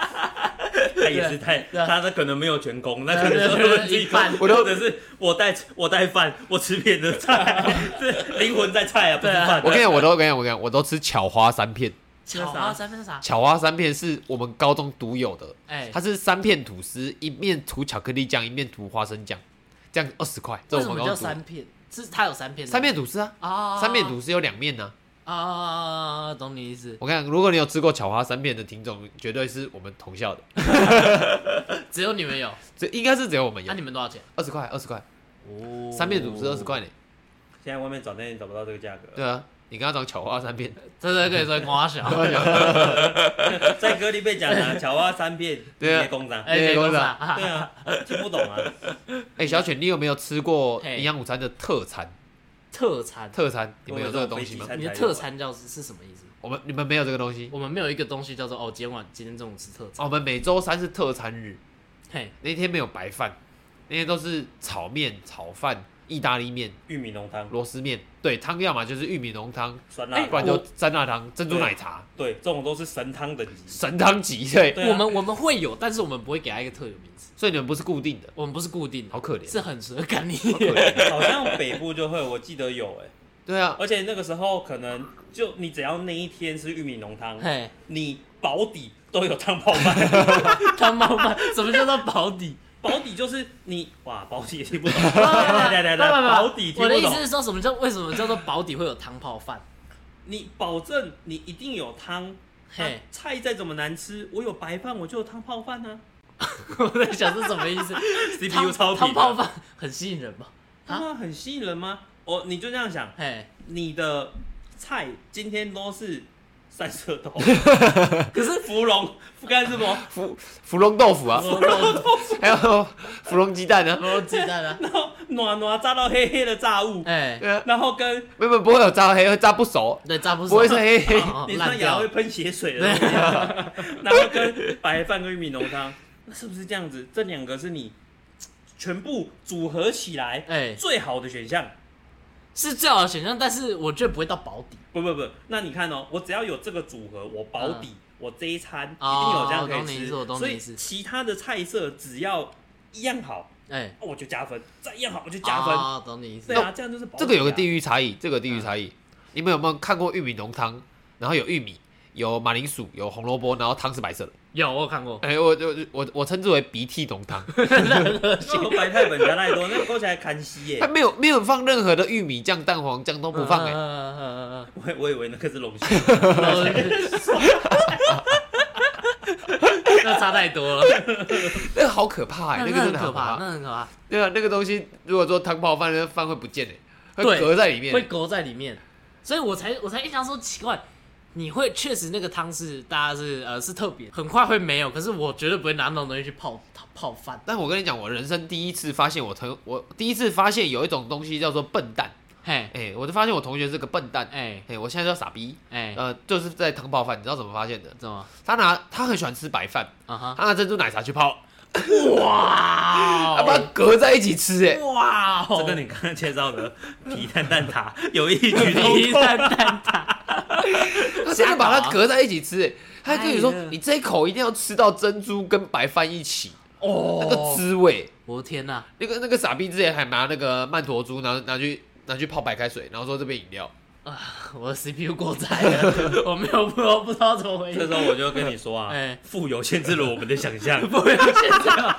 [SPEAKER 3] 他也是太，
[SPEAKER 2] 对啊
[SPEAKER 3] 他那可能没有全功，那
[SPEAKER 2] 对啊
[SPEAKER 3] 可能是
[SPEAKER 2] 对啊
[SPEAKER 3] 二分之
[SPEAKER 2] 一半
[SPEAKER 3] 我或者是我带我带饭，我吃别人的菜，这灵魂在菜啊，不是
[SPEAKER 2] 对啊
[SPEAKER 3] 饭。
[SPEAKER 4] 我跟你讲，我都我跟你讲，我跟你讲，我都吃巧花三片。
[SPEAKER 2] 巧花三分是啥？
[SPEAKER 4] 巧花三片是我们高中独有的，
[SPEAKER 2] 哎
[SPEAKER 4] 它，是三片吐司，一面涂巧克力酱，一面涂花生酱，这样二十块。这
[SPEAKER 2] 为
[SPEAKER 4] 我
[SPEAKER 2] 什
[SPEAKER 4] 们
[SPEAKER 2] 么
[SPEAKER 4] 高
[SPEAKER 2] 叫
[SPEAKER 4] 中独有
[SPEAKER 2] 三片？是它有三片的吗？
[SPEAKER 4] 三面吐司啊？
[SPEAKER 2] 啊，
[SPEAKER 4] 三面吐司有两面呢、
[SPEAKER 2] 啊，懂你意思。
[SPEAKER 4] 我跟你讲，如果你有吃过巧花三片的听众，绝对是我们同校的，
[SPEAKER 2] 只有你们有，
[SPEAKER 4] 这应该是只有我们有
[SPEAKER 2] 啊那。你们多少钱？
[SPEAKER 4] 二十块，二十块，
[SPEAKER 2] 哦
[SPEAKER 4] 三面吐司二十。块呢。
[SPEAKER 3] 现在外面找店找不到这个价格，
[SPEAKER 4] 对啊，你刚刚讲巧花三 片，
[SPEAKER 2] 这这可以说瓜小，
[SPEAKER 3] 在隔离被讲啊，巧蛙三片，
[SPEAKER 4] 对啊
[SPEAKER 3] 别工伤。
[SPEAKER 2] 哎，
[SPEAKER 4] 对
[SPEAKER 2] 对
[SPEAKER 4] 公
[SPEAKER 2] 公
[SPEAKER 4] 仔
[SPEAKER 2] 仔啊
[SPEAKER 3] 对啊，听不懂啊，
[SPEAKER 4] 哎、小犬，你有没有吃过
[SPEAKER 2] 嘿
[SPEAKER 4] 营养午餐的特餐？
[SPEAKER 2] 特产，
[SPEAKER 4] 特餐，你
[SPEAKER 3] 我
[SPEAKER 4] 们
[SPEAKER 3] 有
[SPEAKER 4] 有这个东西
[SPEAKER 3] 这种飞机
[SPEAKER 4] 吗
[SPEAKER 3] 餐？
[SPEAKER 2] 你的特餐叫是是什么意思？
[SPEAKER 4] 我们你们没有这个东西。
[SPEAKER 2] 我们没有一个东西叫做哦，今天晚今天中午吃特
[SPEAKER 4] 哦
[SPEAKER 2] 餐。
[SPEAKER 4] 我们每周三是特餐日，
[SPEAKER 2] 嘿，
[SPEAKER 4] 那天没有白饭，那天都是炒面、炒饭、意大利面、
[SPEAKER 3] 玉米浓汤、
[SPEAKER 4] 螺丝面，对，汤要么就是玉米浓汤，
[SPEAKER 3] 酸辣
[SPEAKER 2] 哎
[SPEAKER 4] 不
[SPEAKER 3] 汤，
[SPEAKER 4] 然就酸辣汤、珍珠奶茶、
[SPEAKER 3] 对，这种都是神汤等级。
[SPEAKER 4] 神汤级，对。
[SPEAKER 3] 对啊
[SPEAKER 2] 我们我们会有，但是我们不会给它一个特有名字，
[SPEAKER 4] 所以你们不是固定的，
[SPEAKER 2] 我们不是固定
[SPEAKER 4] 好
[SPEAKER 2] 的，
[SPEAKER 4] 可怜。
[SPEAKER 2] 是很适合干你。
[SPEAKER 3] 啊好像北部就会，我记得有哎、
[SPEAKER 4] 对啊，
[SPEAKER 3] 而且那个时候可能就你只要那一天是玉米浓汤，
[SPEAKER 2] 嘿，
[SPEAKER 3] 你保底都有汤泡饭，
[SPEAKER 2] 他妈妈，什么叫做保 底？
[SPEAKER 3] 保底就是你哇，保底也听 不懂，
[SPEAKER 2] 不不不不不不
[SPEAKER 3] 来来来来，保底听
[SPEAKER 2] 我的
[SPEAKER 3] 不
[SPEAKER 2] 意思
[SPEAKER 3] 懂，
[SPEAKER 2] 是说，什么叫为什么叫做保底会有汤 泡饭？
[SPEAKER 3] 你保证你一定有汤。
[SPEAKER 2] 嘿
[SPEAKER 3] 啊菜再怎么难吃，我有白饭，我就有汤泡饭啊呢、
[SPEAKER 2] 我在想是什么意 思
[SPEAKER 3] CPU
[SPEAKER 2] 汤
[SPEAKER 3] 超啊
[SPEAKER 2] 汤
[SPEAKER 3] 频
[SPEAKER 2] 泡
[SPEAKER 3] 的，
[SPEAKER 2] 饭很吸引人吧？啊
[SPEAKER 3] 啊，很吸引人吗？哦，你就这样想，
[SPEAKER 2] 嘿，
[SPEAKER 3] 你的菜今天都是三色 豆、
[SPEAKER 2] 可是
[SPEAKER 3] 芙蓉、干什 么？
[SPEAKER 4] 芙芙蓉豆腐啊，
[SPEAKER 2] 我我
[SPEAKER 4] 还有芙蓉鸡蛋啊，
[SPEAKER 2] 我鸡蛋啊，
[SPEAKER 3] 然后暖暖炸到黑黑的炸物，
[SPEAKER 2] 哎，
[SPEAKER 4] 对啊，
[SPEAKER 3] 然后跟
[SPEAKER 4] 没有没有不会有炸黑，会炸不熟，
[SPEAKER 2] 对，炸不熟
[SPEAKER 4] 不会是黑黑。
[SPEAKER 2] 哦
[SPEAKER 3] 你
[SPEAKER 2] 烂
[SPEAKER 3] 上牙
[SPEAKER 2] 掉
[SPEAKER 3] 会，喷血水了， 然后跟白饭跟玉米浓汤，那是不是这样子？这两个是你全部组合起来
[SPEAKER 2] 哎，
[SPEAKER 3] 最好的选项。
[SPEAKER 2] 是最好的选项，但是我觉得不会到保底。
[SPEAKER 3] 不不不，那你看哦，我只要有这个组合，我保底，我这一餐一定
[SPEAKER 2] 啊哦
[SPEAKER 3] 有这样可
[SPEAKER 2] 我懂你
[SPEAKER 3] 以
[SPEAKER 2] 意
[SPEAKER 3] 吃
[SPEAKER 2] 思我，懂
[SPEAKER 3] 所
[SPEAKER 2] 你
[SPEAKER 3] 以
[SPEAKER 2] 意思
[SPEAKER 3] 其他的菜色只要一样好，
[SPEAKER 2] 哎，
[SPEAKER 3] 我就加分；再一样好，我就加分。
[SPEAKER 2] 哦，懂你意思
[SPEAKER 3] 对。啊，这样就是保底啊
[SPEAKER 4] 这个有个地域差异，这个有地域差异，你们有没有看过玉米浓汤？然后有玉米，有马铃薯，有红萝卜，然后汤是白色的。
[SPEAKER 2] 有我有看过，
[SPEAKER 4] 哎、我我我我称之为鼻涕浓汤，
[SPEAKER 3] 那个白太本加太多，那勾起来看稀耶 哦
[SPEAKER 4] 它。没有没有放任何的玉米酱、蛋黄酱都不放哎、
[SPEAKER 2] 嗯嗯嗯嗯
[SPEAKER 3] 我我以为那个是龙虾，
[SPEAKER 2] 嗯嗯嗯嗯那差太多了，
[SPEAKER 4] 那个好可怕哎、
[SPEAKER 2] 那
[SPEAKER 4] 那个真
[SPEAKER 2] 很
[SPEAKER 4] 的好
[SPEAKER 2] 可怕，
[SPEAKER 4] 怕。
[SPEAKER 2] 那很可怕，
[SPEAKER 4] 对啊，那个东西如果做汤泡饭，那饭会不见哎、会
[SPEAKER 2] 对
[SPEAKER 4] 隔在里面、欸
[SPEAKER 2] 会勾在里面，所以我才我才一想说奇怪，你会确实那个汤是大家是呃是特别，很快会没有，可是我绝对不会拿那种东西去泡泡饭，
[SPEAKER 4] 但我跟你讲，我人生第一次发现我同我第一次发现有一种东西叫做笨蛋。
[SPEAKER 2] 嘿，
[SPEAKER 4] 哎、我就发现我同学是个笨蛋。哎、
[SPEAKER 2] 哎
[SPEAKER 4] 我现在叫傻逼。
[SPEAKER 2] 哎，
[SPEAKER 4] 呃，就是在汤泡饭，你知道怎么发现的？
[SPEAKER 2] 怎么
[SPEAKER 4] 他拿他很喜欢吃白饭，
[SPEAKER 2] 啊哦哈？
[SPEAKER 4] 他拿珍珠奶茶去泡，他把它
[SPEAKER 2] 哇
[SPEAKER 4] 隔在一起吃、哎，
[SPEAKER 2] 哇
[SPEAKER 3] 这跟你刚刚介绍的皮蛋蛋挞有异曲同
[SPEAKER 2] 皮
[SPEAKER 3] 工。
[SPEAKER 2] 蛋蛋挞，
[SPEAKER 4] 他真的把它隔在一起吃、哎，他还跟你说
[SPEAKER 2] 啊哎呀，
[SPEAKER 4] 你这一口一定要吃到珍珠跟白饭一起，
[SPEAKER 2] 哦
[SPEAKER 4] 那个滋味。
[SPEAKER 2] 我的天哪、
[SPEAKER 4] 那个那个傻逼之前还拿那个曼陀珠拿拿去拿去泡白开水，然后说这边饮 料。
[SPEAKER 2] 我的 CPU 过载了，我没有不我不知道怎么回
[SPEAKER 3] 这
[SPEAKER 2] 事
[SPEAKER 3] 时。候我就跟你说啊
[SPEAKER 2] 哎，
[SPEAKER 3] 富有限制了我们的想 象。
[SPEAKER 2] 不要现在 啊，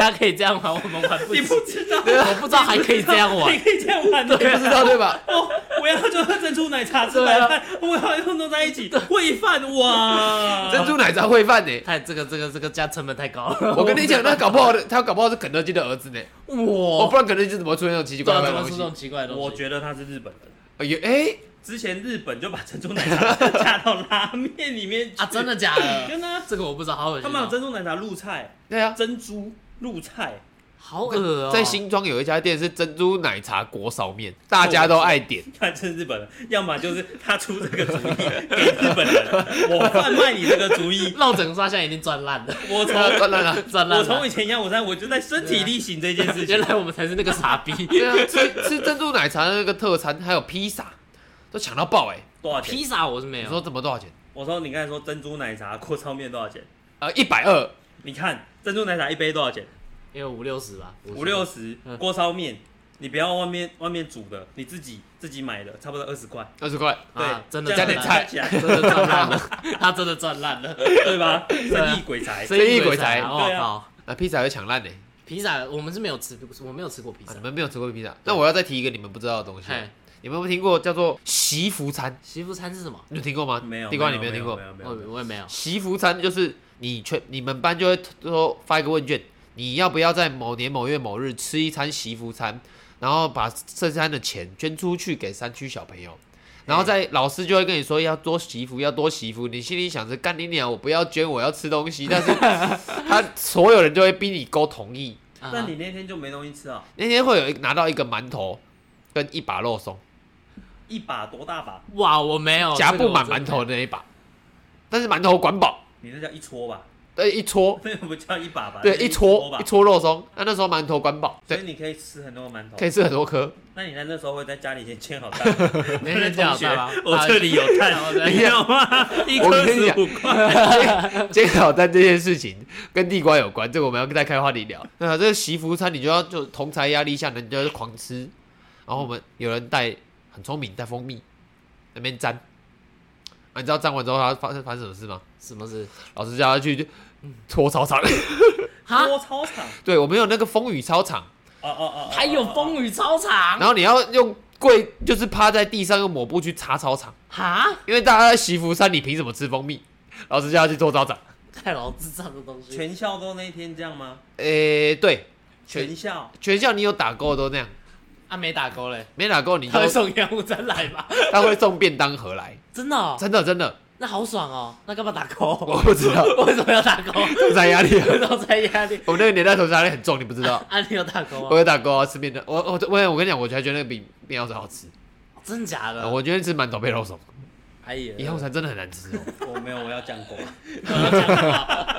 [SPEAKER 2] 他可以这样玩，我们玩不起
[SPEAKER 3] 你。不知道，
[SPEAKER 2] 我不知道还可以这样
[SPEAKER 3] 你
[SPEAKER 2] 玩，
[SPEAKER 3] 可以这样玩的。
[SPEAKER 4] 你不知道对 吧？
[SPEAKER 3] 哦，我要就喝珍珠奶茶吃白饭，我要弄弄在一起烩饭哇！
[SPEAKER 4] 珍珠奶茶烩 饭呢？
[SPEAKER 2] 太这个这个这个加成本太高了。
[SPEAKER 4] 我跟你讲，他搞不好他搞不好是肯德基的儿子呢。我
[SPEAKER 2] 哇，
[SPEAKER 4] 不知道肯德基怎么会出现这种奇奇
[SPEAKER 2] 不知
[SPEAKER 4] 怪
[SPEAKER 2] 道
[SPEAKER 4] 怪
[SPEAKER 2] 哦怎么出
[SPEAKER 4] 的东
[SPEAKER 2] 这
[SPEAKER 4] 西
[SPEAKER 2] 种。奇怪的东西。
[SPEAKER 3] 我觉得他是日本人，
[SPEAKER 4] 哎呦哎，
[SPEAKER 3] 之前日本就把珍珠奶茶 加到拉面里面去
[SPEAKER 2] 啊，真的假的？
[SPEAKER 3] 真的啊，
[SPEAKER 2] 这个我不知道，好恶
[SPEAKER 3] 他
[SPEAKER 2] 心
[SPEAKER 3] 们有
[SPEAKER 2] 哦，
[SPEAKER 3] 珍珠奶茶入菜，
[SPEAKER 4] 对啊，
[SPEAKER 3] 珍珠入菜，
[SPEAKER 2] 好恶哦。
[SPEAKER 4] 在新庄有一家店是珍珠奶茶锅烧面，大家都爱点。
[SPEAKER 3] 看是日本人，要么就是他出这个主意给日本人，我贩卖你这个主意，
[SPEAKER 2] 绕整刷现在已经赚 烂了，
[SPEAKER 3] 我从
[SPEAKER 4] 当然了，
[SPEAKER 2] 赚烂
[SPEAKER 3] 我从
[SPEAKER 2] 了。
[SPEAKER 3] 以前一样，我在我就在身体力行这件事
[SPEAKER 2] 原
[SPEAKER 3] 情。
[SPEAKER 2] 来我们才是那个傻逼。
[SPEAKER 4] 对啊，吃吃珍珠奶茶的那个特餐，还有披萨，都抢到爆哎！
[SPEAKER 3] 多少钱
[SPEAKER 2] 披？萨我是没
[SPEAKER 4] 你
[SPEAKER 2] 有，
[SPEAKER 4] 说怎么多少钱？
[SPEAKER 3] 我说你刚才说珍珠奶茶锅烧面多少钱？
[SPEAKER 4] 呃，一百二，
[SPEAKER 3] 你看珍珠奶茶一杯多少钱？
[SPEAKER 2] 也有五六十吧，
[SPEAKER 3] 五六十
[SPEAKER 2] 嗯
[SPEAKER 3] 锅烧面，你不要外面外面煮的，你自己自己买的，差不多二十块。
[SPEAKER 4] 二十块。
[SPEAKER 3] 对
[SPEAKER 2] 啊，真的
[SPEAKER 3] 这样
[SPEAKER 4] 加点
[SPEAKER 2] 赚烂
[SPEAKER 4] 菜
[SPEAKER 3] 加起来，
[SPEAKER 2] 真的赚烂了， 他真的赚烂了，
[SPEAKER 3] 对吧？
[SPEAKER 2] 啊
[SPEAKER 3] 生意鬼才，
[SPEAKER 4] 生意鬼才
[SPEAKER 2] 才，好不
[SPEAKER 3] 对啊
[SPEAKER 2] 好？
[SPEAKER 4] 那披萨会抢烂呢？
[SPEAKER 2] 披萨我们是没有吃，我没有吃过披
[SPEAKER 4] 啊
[SPEAKER 2] 萨
[SPEAKER 4] 你。们没有吃过披萨？那我要再提一个你们不知道的东西
[SPEAKER 2] 嘿。
[SPEAKER 4] 你们有没有听过叫做媳妇餐？
[SPEAKER 2] 媳妇餐是什么？
[SPEAKER 4] 你有听过吗？
[SPEAKER 3] 没有
[SPEAKER 4] 地瓜，你
[SPEAKER 3] 没
[SPEAKER 4] 没有听过
[SPEAKER 3] 没？有没
[SPEAKER 2] 我
[SPEAKER 3] 有没有。
[SPEAKER 2] 我也没有。
[SPEAKER 4] 媳妇餐就是你全你们班就会说发一个问卷，你要不要在某年某月某日吃一餐媳妇餐，然后把这餐的钱捐出去给山区小朋友。然后在老师就会跟你说要多媳妇，要多媳妇。你心里想着干你娘，我不要捐，我要吃东西。但是他 所有人就会逼你勾同意。
[SPEAKER 2] 啊
[SPEAKER 3] 那你那天就没东西吃啊？
[SPEAKER 4] 那天会有一拿到一个馒头跟一把肉松，
[SPEAKER 3] 一把多大把？
[SPEAKER 2] 哇，哦我哎没有
[SPEAKER 4] 夹不满馒头，的那一把，但是馒头管饱，
[SPEAKER 3] 你那叫一撮吧？
[SPEAKER 4] 对，一撮，
[SPEAKER 3] 那个不叫哎一把吧？
[SPEAKER 4] 对，
[SPEAKER 3] 那
[SPEAKER 4] 一
[SPEAKER 3] 撮
[SPEAKER 4] 撮
[SPEAKER 3] 吧
[SPEAKER 4] 一。撮肉松。那那时候馒头管饱，
[SPEAKER 3] 所以
[SPEAKER 4] 对，
[SPEAKER 3] 你可以吃很多馒头
[SPEAKER 4] 可。以吃很多颗。
[SPEAKER 3] 那你在那时候会在家里先煎好蛋 吗？
[SPEAKER 2] 没人讲
[SPEAKER 3] 同学
[SPEAKER 2] 吧？
[SPEAKER 3] 我这 里有蛋，
[SPEAKER 2] 啊
[SPEAKER 3] 你要吗？一
[SPEAKER 4] 哎我
[SPEAKER 3] 颗
[SPEAKER 4] 跟你
[SPEAKER 3] 十
[SPEAKER 4] 讲
[SPEAKER 3] 五块。
[SPEAKER 4] 煎炒蛋这件事情跟地瓜有关，这个我们要再开话题聊。那这个媳妇餐，你就要就同财压力下，你就要狂吃。然后我们有人带很聪明，带蜂蜜那边沾。啊，你知道沾完之后他发生发生什么事吗？
[SPEAKER 2] 什么是？
[SPEAKER 4] 老师叫他去嗯搓操场。
[SPEAKER 2] 哈，
[SPEAKER 3] 多操场。
[SPEAKER 4] 对，我们有那个风雨操场。
[SPEAKER 3] 哦哦哦哦。
[SPEAKER 2] 还有风雨操场？
[SPEAKER 4] 然后你要用跪，就是趴在地上用抹布去擦操场，
[SPEAKER 2] 哈，
[SPEAKER 4] 因为大家在媳妇山，你凭什么吃蜂蜜？ 老师叫他去做操场。
[SPEAKER 2] 太老智障的东西。
[SPEAKER 3] 全校都那一天这样吗？
[SPEAKER 4] 诶、呃对，
[SPEAKER 3] 全校
[SPEAKER 4] 全校你有打勾都那样，
[SPEAKER 2] 啊，没打勾嘞，
[SPEAKER 4] 没打勾 你就
[SPEAKER 2] 他会送烟雾针来 吧？
[SPEAKER 4] 他会送便当盒来，
[SPEAKER 2] 真的哦，
[SPEAKER 4] 真的真的，
[SPEAKER 2] 那好爽哦。那干嘛打勾？
[SPEAKER 4] 我不知道，
[SPEAKER 2] 为什么要打勾？
[SPEAKER 4] 同财压力啊，
[SPEAKER 2] 为什么在压力？
[SPEAKER 4] 我们那个年代同财压力很重，你不知道。
[SPEAKER 2] 啊，你有打勾
[SPEAKER 4] 我
[SPEAKER 2] 吗？
[SPEAKER 4] 有打勾啊，吃面的，我我我我跟你讲，我才觉得那个比面包粉好吃。
[SPEAKER 2] 真假的？
[SPEAKER 4] 我觉得吃馒头配肉松，
[SPEAKER 2] 哎呀，
[SPEAKER 4] 以后才真的很难吃哦。
[SPEAKER 3] 我没有，我要酱 瓜，
[SPEAKER 2] 我要讲话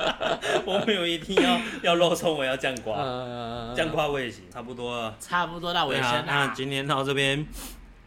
[SPEAKER 3] 我没有一定要要肉松，我要酱
[SPEAKER 4] 嗯
[SPEAKER 3] 瓜，
[SPEAKER 2] 呃
[SPEAKER 3] 酱瓜我也行，差不多了。
[SPEAKER 2] 差不多到尾
[SPEAKER 3] 对啊
[SPEAKER 2] 声，
[SPEAKER 3] 那
[SPEAKER 2] 啦。
[SPEAKER 3] 今天到这边，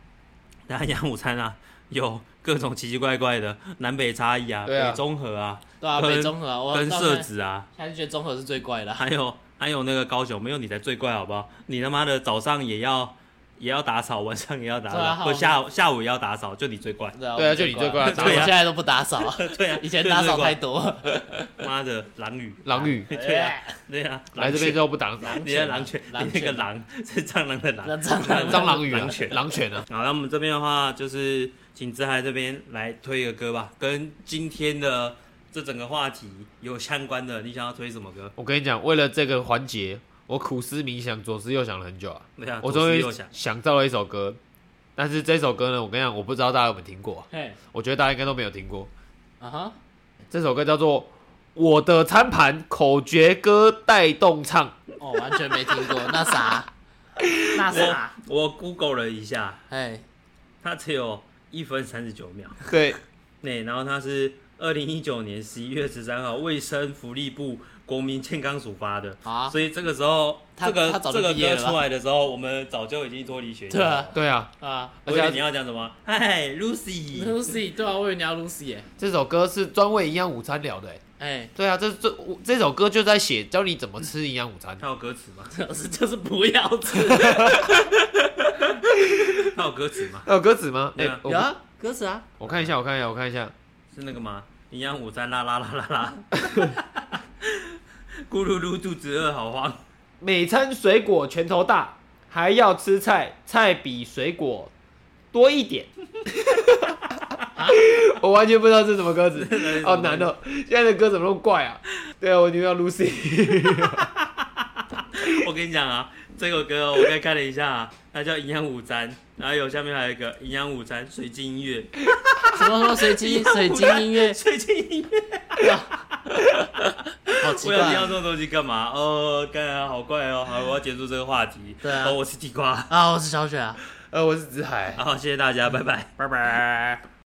[SPEAKER 3] 大家养午餐啊，有各种奇奇怪怪的南北差异啊，
[SPEAKER 4] 对啊
[SPEAKER 3] 北中和啊，
[SPEAKER 2] 对啊，
[SPEAKER 3] 跟
[SPEAKER 2] 北综合，我
[SPEAKER 3] 跟
[SPEAKER 2] 到
[SPEAKER 3] 社
[SPEAKER 2] 现在
[SPEAKER 3] 子啊，
[SPEAKER 2] 现在就觉得综合是最 怪的啊。
[SPEAKER 3] 还有还有那个高雄，没有你才最怪好不好？你他妈的早上也要也要打扫，晚上也要打
[SPEAKER 2] 对啊
[SPEAKER 3] 扫，
[SPEAKER 2] 好
[SPEAKER 3] 或下午下午也要打扫，就你最 怪。
[SPEAKER 2] 对啊
[SPEAKER 4] 对啊
[SPEAKER 2] 我
[SPEAKER 4] 就你最怪啊
[SPEAKER 2] 我
[SPEAKER 3] 对啊
[SPEAKER 2] 现在都不打扫啊，
[SPEAKER 3] 对啊，
[SPEAKER 2] 以前打扫太
[SPEAKER 3] 就
[SPEAKER 2] 多哎了。
[SPEAKER 3] 是最怪妈的狼语，
[SPEAKER 4] 狼 语
[SPEAKER 3] 对 啊，对啊，
[SPEAKER 4] 来这边之后不打
[SPEAKER 3] 狼犬，你的狼犬，
[SPEAKER 2] 狼
[SPEAKER 3] 你那个
[SPEAKER 2] 犬
[SPEAKER 3] 狼 是蟑螂的狼，
[SPEAKER 2] 那蟑 螂
[SPEAKER 4] 蟑螂语啊
[SPEAKER 3] 狼犬，
[SPEAKER 4] 狼犬啊，
[SPEAKER 3] 好，那我们这边的话，就是请志海这边来推一个歌吧，跟今天的这整个话题有相关的，你想要推什么歌？
[SPEAKER 4] 我跟你讲，为了这个环节，我苦思冥想，左思右想了很久啊。
[SPEAKER 3] 对啊，
[SPEAKER 4] 我
[SPEAKER 3] 左
[SPEAKER 4] 终
[SPEAKER 3] 思
[SPEAKER 4] 于
[SPEAKER 3] 右想，
[SPEAKER 4] 想到了一首歌，但是这首歌呢，我跟你讲，我不知道大家有没有听过，
[SPEAKER 2] 嘿，
[SPEAKER 4] 我觉得大家应该都没有听过。
[SPEAKER 2] 啊哈，
[SPEAKER 4] 这首歌叫做《我的餐盘口诀歌带动唱》，
[SPEAKER 2] 哦，完全没听过， 那啥，那啥，
[SPEAKER 3] 我 Google 了一下，
[SPEAKER 2] 嘿，
[SPEAKER 3] 它只有一分三十九秒。
[SPEAKER 4] 对，
[SPEAKER 3] 对，然后它是二零一九年十一月十三号卫生福利部国民健康署发的，
[SPEAKER 2] 好啊，
[SPEAKER 3] 所以这个时候
[SPEAKER 2] 他
[SPEAKER 3] 这个
[SPEAKER 2] 他早
[SPEAKER 3] 这
[SPEAKER 2] 就
[SPEAKER 3] 个
[SPEAKER 2] 毕业
[SPEAKER 3] 歌
[SPEAKER 2] 了吧
[SPEAKER 3] 出来的时候，我们早就已经脱离学校。
[SPEAKER 2] 对啊，
[SPEAKER 4] 对啊，
[SPEAKER 2] 啊
[SPEAKER 3] 我以为你要讲什么？嗨，Lucy，
[SPEAKER 2] ，Lucy，对啊，我以为你要 Lucy 耶，
[SPEAKER 4] 这首歌是专为营养午餐聊的、欸。
[SPEAKER 2] 哎，
[SPEAKER 4] 对啊，这这我这首歌就在写教你怎么吃营养午餐。
[SPEAKER 3] 它有歌词吗？
[SPEAKER 2] 就是 就是不要吃，
[SPEAKER 3] 它有歌词吗？
[SPEAKER 4] 呃，歌词吗？哎、
[SPEAKER 3] 对啊
[SPEAKER 4] 我
[SPEAKER 2] 有啊，歌词啊，
[SPEAKER 4] 我看一下，我看一下，我看一下。
[SPEAKER 3] 是那个吗？营养午餐啦啦啦啦啦， 咕噜噜肚子饿好慌，
[SPEAKER 4] 每餐水果拳头大，还要吃菜，菜比水果多一 点。我完全不知道这是什么歌 词，好难哦！现在的歌怎么那么怪啊？对啊，我女要 Lucy，
[SPEAKER 3] 我跟你讲啊，这个歌哦我刚才看了一下、啊，它叫营养午餐，然后有下面还有一个营养午餐水晶音乐，
[SPEAKER 2] 什么什 么水晶水晶音乐，
[SPEAKER 3] 水晶音乐，
[SPEAKER 2] 好奇
[SPEAKER 3] 我想听到
[SPEAKER 2] 怪啊
[SPEAKER 3] 这种东西干嘛？哦，干啊，好怪哦！好，我要结束这个话题。
[SPEAKER 2] 对啊
[SPEAKER 3] 哦，我是地瓜。
[SPEAKER 2] 啊，我是小雪啊。
[SPEAKER 4] 呃，我是子海。
[SPEAKER 3] 好，谢谢大家，拜拜，拜拜。